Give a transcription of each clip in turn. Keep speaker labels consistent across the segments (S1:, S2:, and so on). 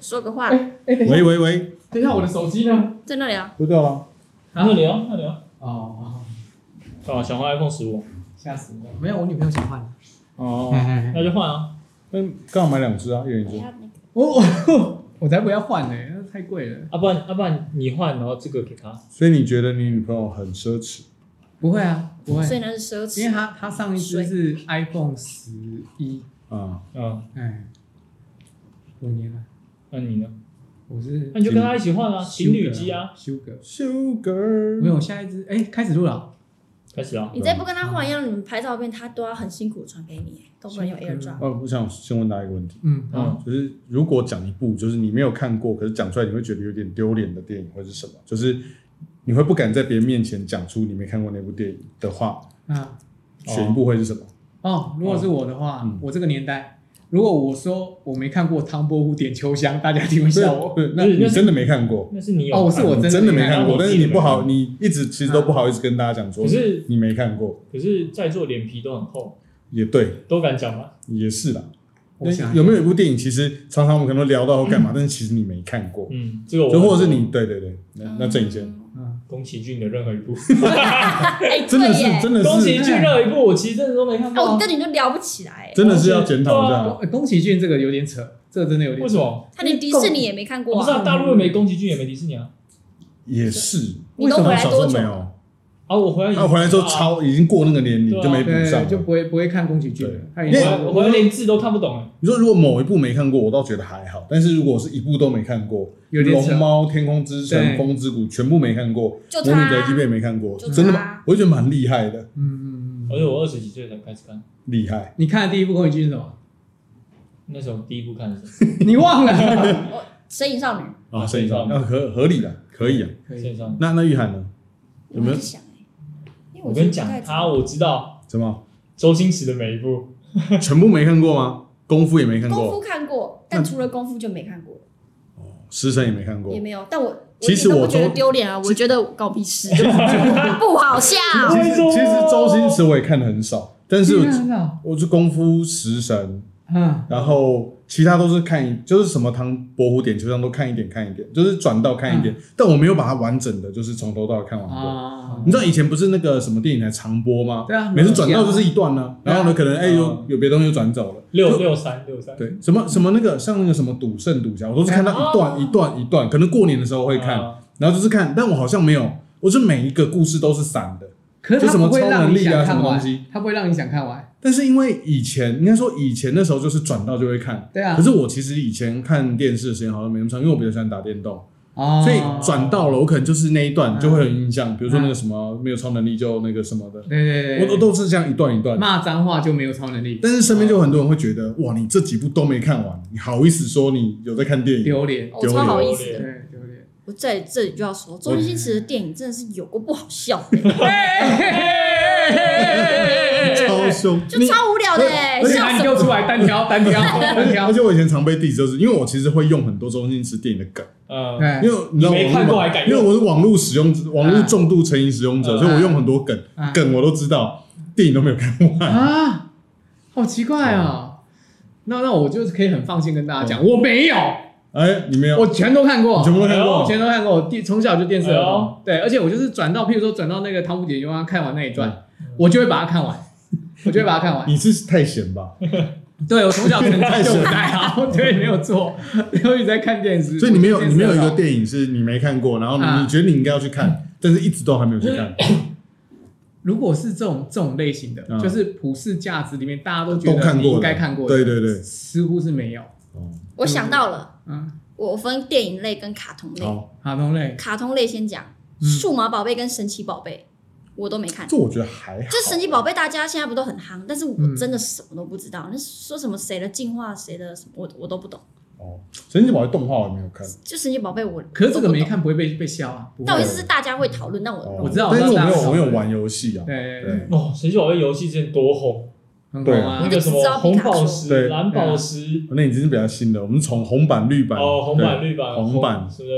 S1: 说个话，
S2: 哎哎，等一下，
S3: 喂喂喂，
S2: 等一下，我的手机呢？
S1: 在那里啊，
S4: 丢掉了。
S2: 啊
S5: 那里啊，那里啊，
S2: 哦，
S5: 哦，想换 iPhone 十五，
S2: 吓死我！没有，我女朋友想换。
S5: 哦
S2: 哎，哎哎
S5: 那就换啊，
S3: 嗯，刚好买两只啊，一人一
S1: 还
S3: 只。
S1: 要那个
S2: 我我 我才不要换呢、那太贵了。
S5: 啊要不然要不然你换，然后这个给他，
S3: 所以你觉得你女朋友很奢侈？
S2: 不会啊，不
S1: 所以
S2: 会，
S1: 那是奢
S2: 因为
S1: 侈。
S2: 他他上一只是 iPhone 十一，
S3: 啊、
S5: 嗯，
S2: 哎，五年了，
S5: 那你呢？
S2: 我是
S5: 那你就跟他一起换啊，情侣机啊，
S2: ，Sugar，没
S3: Sugar，
S2: 有下一只，哎、开始录了
S5: 开始啊，
S1: 你再不跟他换一样，你们拍照片他都要很辛苦传给你，都不能有
S2: 啊
S1: AirDrop。
S3: 哦，我想先问大家一个问题，
S2: 嗯，
S5: 嗯
S2: 好，
S3: 就是如果讲一部就是你没有看过，可是讲出来你会觉得有点丢脸的电影会是什么？就是你会不敢在别人面前讲出你没看过那部电影的话，
S2: 啊，
S3: 选一部会是什么？
S2: 哦，如果是我的话，
S3: 嗯
S2: 我这个年代，如果我说我没看过《唐伯虎点秋香》，大家一定会
S3: 不是
S2: 笑我。
S3: 不是，那
S5: 不是
S3: 你
S5: 那是
S3: 真的没看过？
S5: 那是你有
S2: 哦我是我
S3: 你
S2: 真的
S3: 真的
S2: 没
S3: 没
S2: 看
S3: 看过，
S5: 过
S3: 但是
S5: 我记
S3: 你
S5: 得
S3: 不好，
S5: 没
S3: 你一直其实都不好意思跟大家讲说，
S5: 可是
S3: 你没看过，
S5: 可是在座脸皮都很厚，
S3: 也对，
S5: 都敢讲吗？
S3: 也是啦。
S2: 我想
S3: 有没有一部电影，其实常常我们可能聊到或干嘛，但是其实你没看过，
S5: 嗯，这个我
S3: 就或者是你对对对，那那郑
S1: 郑
S3: 颖先，
S2: 嗯，
S5: 宫崎骏的任何一部，
S1: 哎，
S3: 真的
S1: 对
S3: 是
S1: 耶
S3: 真的
S5: 宫
S3: 是
S5: 崎骏任何一部我其实真的都没看
S1: 哎，我
S5: 过啊，
S1: 跟你就聊不起来，
S3: 真的是要检讨一
S5: 对
S3: 下
S5: 啊。
S2: 呃宫崎骏这个有点扯，这个真的有点
S5: 为什么？
S1: 他连迪士尼也没看过
S5: 我不知
S1: 啊，
S5: 道大陆也没宫崎骏也没迪士尼啊，
S3: 也是，
S1: 你都
S3: 我
S1: 回来
S3: 小时
S1: 多
S3: 候没
S1: 久？
S3: 有，
S5: 啊，我回来已经
S3: 他回来之后
S5: 啊
S3: 超已经过那个年龄
S5: 对啊
S3: 就没补上
S2: 对，就
S3: 了。
S2: 不会不会看宫崎骏了
S3: 对，
S2: 他
S5: 我
S2: 已
S5: 回
S2: 经嗯
S5: 来我回来连字都看不懂哎，
S3: 你说如果某一部没看过，我倒觉得还好，但是如果是一部都没看过，
S2: 有点扯
S3: 龙猫、天空之城、
S2: 对
S3: 风之谷全部没看过，
S1: 就
S3: 魔女宅急
S1: 他
S3: 便没看过，
S1: 就他
S3: 真的吗？我就觉得蛮厉害的，
S2: 嗯嗯嗯
S5: 而
S2: 嗯，
S5: 且我二十几岁才开始看，
S3: 厉害。
S2: 你看的第一部宫崎骏是什么？
S5: 那时候第一部看的是《
S2: 你忘 了？
S1: 神隐少女，
S3: 啊，
S5: 啊
S3: 所以
S5: 所以
S3: 那合合理的，可以啊。
S2: 可
S5: 线
S2: 以，
S5: 上》。
S3: 那那玉涵呢？有没有
S1: 我在想哎，因为
S5: 我
S1: 觉得
S5: 跟你
S1: 不太
S5: 讲，
S1: 知
S5: 他
S1: 道
S5: 我知道
S3: 什么？
S5: 周星驰的每一部，
S3: 全部没看过吗？功夫也没看
S1: 功
S3: 过，
S1: 夫看过，但除了功夫就没看过，
S3: 食神也没看过
S1: 也。没有。但我
S3: 其实
S1: 我一点都不觉得
S3: 我周
S1: 丢脸啊，我觉得搞屁事， 就不好 笑。
S2: 啊
S3: 其实其实周星驰我也看的很少，但是
S2: 真的
S1: 嗯
S2: 很
S3: 我
S2: 少
S3: 我是功夫、食神，
S2: 嗯，
S3: 然后其他都是看一，就是什么唐伯虎点秋香都看一点看一点，就是转到看一
S1: 嗯
S3: 点，但我没有把它完整的，就是从头到尾看完过。
S2: 啊
S3: 你知道以前不是那个什么电影台常播吗？
S2: 对啊
S3: 每次转到就是一段呢、
S2: 对啊
S3: 然后呢可能哎
S5: 嗯
S3: 有有别的东西就转走了。
S5: 六
S3: 就
S5: 六三六三，
S3: 对，什么什么那个像那个什么赌圣赌侠，我都是看
S2: 哎
S3: 到
S2: 哦
S3: 一段一段一段，可能过年的时候会看，
S5: 啊
S3: 然后就是看，但我好像没有，我是每一个故事都是散的。
S2: 可是
S3: 就什
S2: 它
S3: 么
S2: 不会
S3: 超
S2: 让
S3: 能
S2: 你
S3: 力啊
S2: 想
S3: 什么
S2: 看
S3: 东
S2: 完
S3: 西，
S2: 它不会让你想看完。
S3: 但是因为以前应该说以前的时候就是转到就会看，
S2: 对啊
S3: 可是我其实以前看电视的时间好像没那么长，因为我比较喜欢打电动，
S2: 哦
S3: 所以转到了我可能就是那一段
S2: 嗯
S3: 就会有印象，比如说那个什么没有超能力就那个什么的，
S2: 对对
S3: 我
S2: 对
S3: 都
S2: 对，
S3: 都是这样一段一段。
S2: 骂脏话就没有超能力，
S3: 但是身边就有很多人会觉得，哇，你这几部都没看完，你好意思说你有在看电影？
S2: 丢脸，
S1: 我
S3: 丢
S1: 超
S3: 脸
S1: 好意思
S2: 对
S1: 的，
S2: 丢 脸。
S1: 我在这里就要说，周星驰的电影真的是有过不好笑 的，
S2: 哎
S3: 超凶，
S1: 就超无聊的欸，
S3: 而且
S1: 笑什
S2: 那哎你
S1: 么？
S2: 就出来单挑单挑单
S3: 而
S2: 挑，
S3: 且我以前常被弟子，就是因为我其实会用很多周星驰电影的梗，
S5: 呃，
S2: 对，
S3: 因为你知道
S5: 没
S3: 网
S5: 看
S3: 络
S5: 过
S3: 嘛
S5: 还敢
S3: 因为
S5: 用
S3: 我是网络使用者，网络
S2: 嗯
S3: 重度成瘾使用者，
S5: 嗯
S3: 所以我用很多梗
S2: 嗯，
S3: 梗我都知道，电影都没有看完。
S2: 啊，好奇怪
S3: 哦
S2: 啊。那那我就是可以很放心跟大家讲，我没有，
S3: 哎，你没有，
S2: 我全都看过，
S3: 嗯你全部都看
S2: 我
S3: 过
S5: 哎，
S2: 全都看过，我电从小就电视儿
S5: 哎
S2: 童
S5: 呦，
S2: 对，而且我就是转到，譬如说转到那个《唐伯虎点秋香》看完那一段
S5: 嗯，
S2: 我就会把它看完， 我就会把它看完。
S3: 你是太闲吧？
S2: 嗯对我从小成
S3: 太
S2: 绩就
S3: 神
S2: 不太好， 对，没有做，然后一直在看电视，
S3: 所以你没有，
S2: 电
S3: 你
S2: 视
S3: 没有一
S2: 很
S3: 个
S2: 好
S3: 电影是你没看过，然后
S2: 啊
S3: 你觉得你应该要去看，但是一直都还没有去看，
S2: 如果是这种这种类型的，
S3: 嗯
S2: 就是普世价值里面大家都觉
S3: 都
S2: 得
S3: 看
S2: 你
S3: 过
S2: 应
S3: 了，
S2: 该看过的，
S3: 对对对，
S2: 似乎是没有。
S3: 哦，
S1: 我想到了，
S2: 嗯，
S1: 我分电影类跟卡通类，
S3: 哦好，
S2: 卡通类，
S1: 卡通类先讲，
S2: 嗯
S1: 数码宝贝跟神奇宝贝我都没看。
S3: 这我觉得还好。
S1: 就神奇宝贝，大家现在不都很夯？但是我
S2: 嗯
S1: 真的什么都不知道。那、说什么谁的进化，谁的什么，我我都不懂。
S3: 哦，神奇宝贝动画我也没有看，
S1: 就神奇宝贝我，
S2: 可是这个没
S1: 我
S2: 看不会被被笑啊，不
S1: 不懂。
S2: 会
S1: 但我意思是大家会讨论，但我、
S3: 哦
S2: 我知道
S3: 但是我没
S2: 我知
S3: 有，
S2: 道
S3: 我有玩游戏啊，
S2: 对对对，
S3: 对，
S5: 哦，神奇宝贝游戏之前多红，
S2: 很
S3: 对
S2: 好啊
S5: 那
S1: 就
S5: 个
S1: 只
S5: 什
S1: 知道皮
S5: 么红
S1: 卡丘
S5: 宝
S3: 对
S5: 石、蓝宝石，
S3: 那已经是比较新的，我们从红版、绿版，
S5: 哦，红版、绿版、
S3: 红版
S5: 是不是？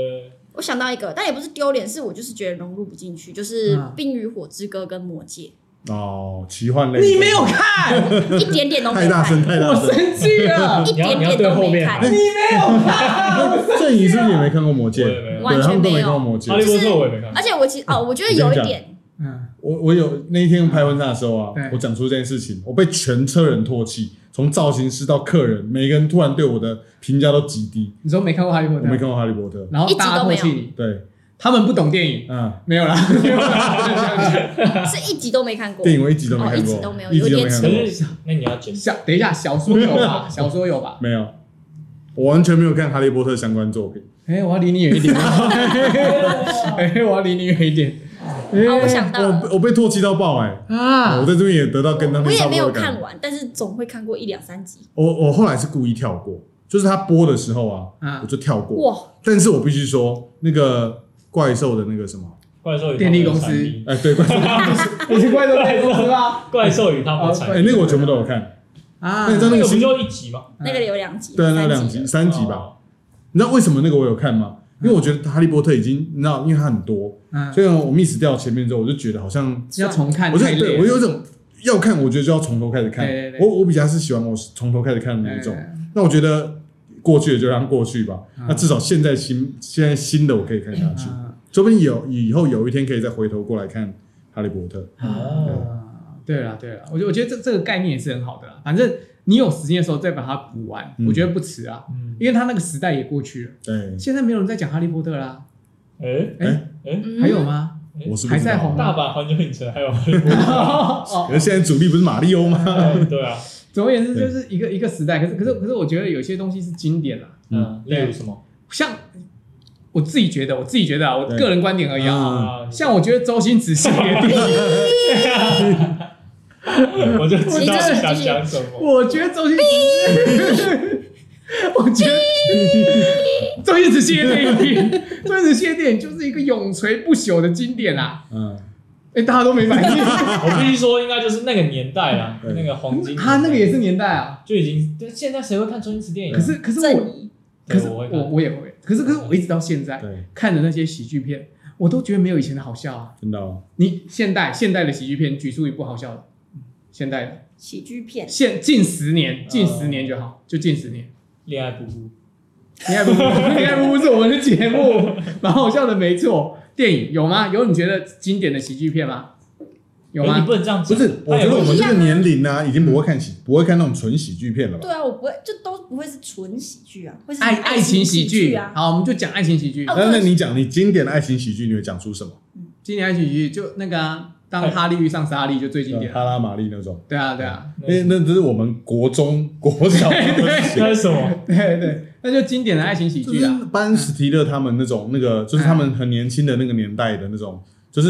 S1: 我想到一个，但也不是丢脸，是我就是觉得融入不进去，就是
S2: 嗯
S1: 《冰与火之歌》跟《魔戒》
S3: 哦，奇幻类的
S2: 你没有 看，
S1: 一点点都没
S3: 太大声，
S1: 看，
S3: 太
S2: 我
S3: 大声。
S2: 生气了，
S1: 一
S5: 你要
S1: 点
S5: 你要
S1: 点
S5: 对
S1: 都
S5: 后
S1: 没
S5: 面
S1: 看
S5: 来，
S3: 啊
S2: 你没有看，我
S3: 正义是不是也没看过《魔戒
S5: 我也没》？有啊
S3: 对，
S1: 完
S3: 他
S1: 全
S3: 们都
S1: 没有
S3: 没看过《魔戒
S5: 哈》利。波特我也没看
S1: 而，且我其实哦，我觉得有一点，
S2: 嗯，
S3: 我我有那一天拍婚纱的时候啊
S2: 对，
S3: 我讲出这件事情，我被全车人唾弃，从造型师到客人，每个人突然对我的评价都极低。
S2: 你说没看过《哈利波特》？
S3: 我没看过《哈利波特》，
S2: 然后大家唾弃你，
S3: 对，
S2: 他们不懂电影，
S3: 嗯，
S2: 没有啦，没有啦
S1: 是一集都没看过。
S3: 电影我一集都没
S1: 哦
S3: 看
S1: 一
S3: 过，
S1: 集都没有
S3: 一集都
S1: 有
S3: 没
S1: 点
S3: 看
S1: 扯
S3: 过，
S5: 可是那你要剪，
S2: 小等一下，小说有 吧？小说有吧？
S3: 没有，我完全没有看《哈利波特》相关作品。
S2: 哎，我要离你远一 点，哎，我要离你远一点
S1: 哦，我想到了，
S3: 我我被唾弃到爆哎、
S2: 啊
S3: 我！在这边也得到跟他
S1: 我
S3: 们
S1: 也
S3: 差不
S1: 没
S3: 多
S1: 有
S3: 的感
S1: 看
S3: 觉。
S1: 完，但是总会看过一两三集。
S3: 我我后来是故意跳过，就是他播的时候啊，
S2: 啊
S3: 我就跳过。
S1: 哇，
S3: 但是我必须说，那个怪兽的那个什么，
S5: 怪兽与
S2: 电力公司
S5: 他们的产地
S3: 哎、对怪兽，
S2: 你是怪兽电公司吧？
S5: 怪兽与他们的
S3: 哎、
S5: 产地，
S3: 那个我全部都有看，
S2: 啊，
S3: 那你知道
S5: 那
S3: 那个
S5: 个不
S3: 新，
S5: 就一集吗？哦
S1: 那个有两集，
S3: 对啊，那
S1: 三
S3: 个两
S1: 集
S3: 集
S1: 了
S3: 三集
S2: 哦
S3: 吧。你知道为什么那个我有看吗？因为我觉得《哈利波特》已经，你知道，因为它很多，
S2: 嗯
S3: 所以我 miss 掉前面之后，我就觉得好像，
S2: 要重看
S3: 我就
S2: 太
S3: 对
S2: 累
S3: 我
S2: 了，
S3: 有一种要看，我觉得就要从头开始看
S2: 对对。对
S3: 我我比较是喜欢我从头开始看的那一种。
S2: 哎
S3: 那我觉得过去的就让它过去吧。
S2: 嗯
S3: 那至少现在新现在新的我可以看下去，
S2: 啊
S3: 说不定有以后有一天可以再回头过来看《哈利波特》。嗯
S5: 哦，
S2: 嗯对了对了，我觉得我觉得这这个概念也是很好的啦。反正你有时间的时候再把它补完，
S3: 嗯
S2: 我觉得不迟啊，
S5: 嗯，
S2: 因为它那个时代也过去了，
S3: 对，
S2: 现在没有人在讲哈利波特啦。
S5: 哎
S2: 哎，
S5: 哎，
S1: 嗯
S2: 还有吗？
S5: 哎
S3: 我是不
S2: 还
S3: 知
S2: 在
S3: 道
S2: 红
S3: 啊。
S5: 大阪环球影城还有，
S3: 嗯
S2: 哦
S3: 可是现在主力不是马里欧 吗？
S5: 哎对啊，
S2: 总而言之，就是一个一个时代。可是可是可是，我觉得有些东西是经典啦，
S5: 嗯，例
S2: 对
S5: 如什么
S2: 像我自己觉得，我自己觉得啊，我
S3: 对
S2: 个人观点而已啊。
S3: 嗯
S5: 啊？
S2: 像我觉得周星驰系列 电影，
S5: 我就知道你想讲什么。
S2: 我觉得周星驰，我觉得周星驰系列电影，周星驰系列电影就是一个永垂不朽的经典啦。
S3: 嗯，
S2: 哎，大家都没买进，
S5: 我必须说，应该就是那个年代啊，
S3: 对
S5: 那个黄金年
S2: 嗯
S5: 代，
S2: 他那个也是年代啊。
S5: 就已经，但现在谁会看周星驰电影啊？
S2: 可是可是
S1: 正
S2: 我，
S1: 义，
S5: 对
S2: 可是
S5: 我会
S2: 我
S5: 看
S2: 我也会，可是可是我一直到现在
S3: 对，
S2: 看的那些喜剧片，我都觉得没有以前的好笑啊。
S3: 真的哦。
S2: 你现代现代的喜剧片举出一部好笑的，现代的
S1: 喜剧片，
S2: 现近十年近十年就好，就近十年。
S5: 恋爱不不，
S2: 你还不 你还不是我们的节目，蛮好笑的，没错。电影有吗？有你觉得经典的喜剧片吗？有
S5: 哎你
S2: 吗？
S5: 不能这样
S3: 不
S5: 讲，
S3: 是，我
S5: 哎
S3: 觉得我
S1: 不
S3: 们这个
S1: 一样啊
S3: 年龄呢，已经不会看喜，不会看那种纯喜剧片了吧？
S1: 对啊，我不会，就都不会是纯喜剧啊，会是
S2: 爱爱情喜
S1: 喜
S2: 剧，
S1: 啊。
S2: 好，我们就讲爱情喜剧。
S1: 哦
S3: 那那你讲你经典的爱情喜剧，你会讲出什么？
S2: 经典爱情喜剧就那个、啊、当哈利遇上莎莉就最经典了。
S3: 哈拉玛丽那种。
S2: 对啊，对啊，
S3: 那那这是我们国中、 国小的写
S5: 那是什么？
S2: 对对，那就经典的爱情喜
S3: 就
S2: 剧啊
S3: 是。班史提勒他们那种那个，就是他们很年轻的那个年代的那种，就是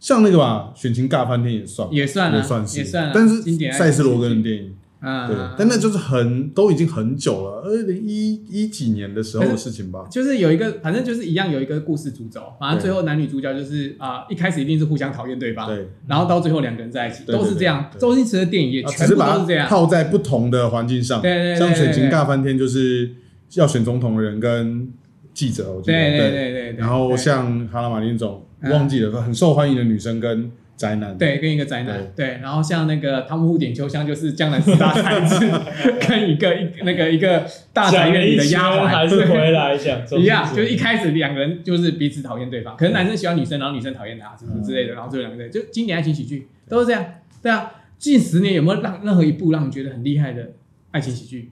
S3: 像那个吧，选情尬翻天也算，
S2: 也算啊
S3: 也算是，
S2: 也算啊
S3: 但是
S2: 经典爱情
S3: 塞斯罗根的电影，对
S2: 嗯，，
S3: 但那就是很都已经很久了，二零一一几年的时候
S2: 可
S3: 的
S2: 是
S3: 事情吧。
S2: 就是有一个，反正就是一样有一个故事主轴，反正最后男女主角就是啊、一开始一定是互相讨厌对方，
S3: 对，
S2: 然后到最后两个人在一起，
S3: 对对
S2: 都是这样。
S3: 对对
S2: 周星驰的电影也
S3: 啊只
S2: 全
S3: 是
S2: 部
S3: 把
S2: 都是这
S3: 它
S2: 样，
S3: 套在不同的环境上，
S2: 对对对
S3: 像选情
S2: 对对
S3: 尬翻天就是要选总统的人跟记者，我记得
S2: 对对对对对。
S3: 然后
S2: 对
S3: 像哈拉玛丽那种
S2: 嗯
S3: 忘记了很受欢迎的女生跟宅男，
S2: 对跟一个宅男对，然后像那个汤姆·护点秋香就是江南四大才 子，跟一个一那个一个 大宅
S5: 讲了
S2: 院里
S5: 一
S2: 的
S5: 圈
S2: 丫
S5: 还
S2: 鬟
S5: 是
S2: 对
S5: 回来 讲周星驰
S2: 一样，就是一开始两个人就是彼此讨厌对方，可能男生喜欢女生，然后女生讨厌他，什么之
S3: 嗯
S2: 类的，然后最后两个人就经典爱情喜剧都是这样，对啊。近十年有没有让任何一部让你觉得很厉害的爱情喜剧？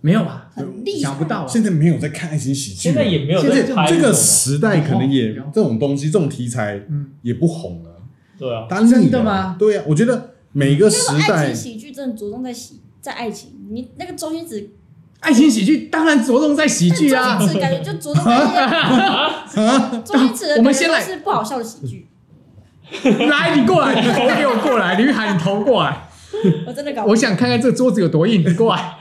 S2: 没有吧？
S1: 很厉害
S2: 想不到啊。
S3: 现在没有在看爱情喜剧了，
S5: 现在也没有
S3: 现
S5: 在
S3: 在
S5: 拍
S3: 这个
S5: 种啊
S3: 时代可能也
S2: 有
S3: 这种东西，这种题材
S2: 嗯，
S3: 也不红了。
S5: 对啊，
S3: 单立人
S2: 真的吗
S3: 对呀、啊我觉得每个时
S1: 那种爱
S3: 代
S1: 情喜剧真的着重在喜，在爱情。你那个周星驰，
S2: 爱情喜剧当然着重在喜剧
S1: 但
S2: 啊
S1: 周。星驰感觉就着重在那些周星驰的
S2: 我们
S1: 感
S2: 先
S1: 觉
S2: 来
S1: 都是不好笑的喜剧，
S2: 来，你过来，你头给我过来，林玉涵，你头过 来，
S1: 我真的搞不
S2: 我想看看这桌子有多硬，你过来。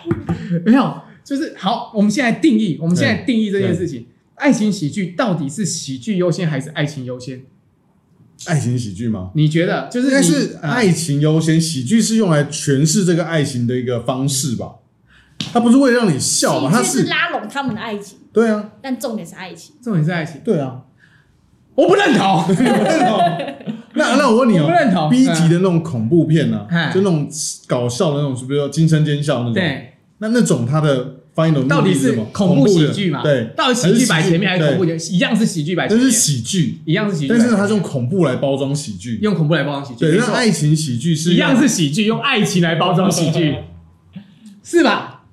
S2: 没有，就是好，我们现在定义，我们现在定义这件事情，爱情喜剧到底是喜剧优先还是爱情优先？
S3: 爱情喜剧吗？
S2: 你觉得就是
S3: 应
S2: 你
S3: 该是
S2: 呃
S3: 爱情优先，喜剧是用来诠释这个爱情的一个方式吧。它不是为了让你笑嘛，它
S1: 喜剧是
S3: 是
S1: 拉拢他们的爱情，
S3: 对啊，
S1: 但重点是爱情。
S2: 重点是爱情，
S3: 对啊，
S2: 我不认同。
S3: 那那我问你
S2: 我不认同
S3: 哦 b 级的那种恐怖片啊，
S2: 嗯
S3: 就那种搞笑的那种，是不是叫惊声尖笑那种？
S2: 对，
S3: 那那种它的 final 目
S2: 到底
S3: 的
S2: 是
S3: 什么？
S2: 恐怖
S3: 怖的
S2: 喜剧嘛？
S3: 对，
S2: 到底喜剧摆前面还是恐怖的？一样是喜剧摆前
S3: 但
S2: 面
S3: 是，喜剧，
S2: 一样是喜剧摆
S3: 但
S2: 前面，
S3: 是它是用恐怖来包装喜剧。
S2: 用恐怖来包装喜剧，
S3: 对，
S2: 没
S3: 那
S2: 错
S3: 爱情喜剧是
S2: 一样是啊喜剧，用爱情来包装喜剧， 是吧？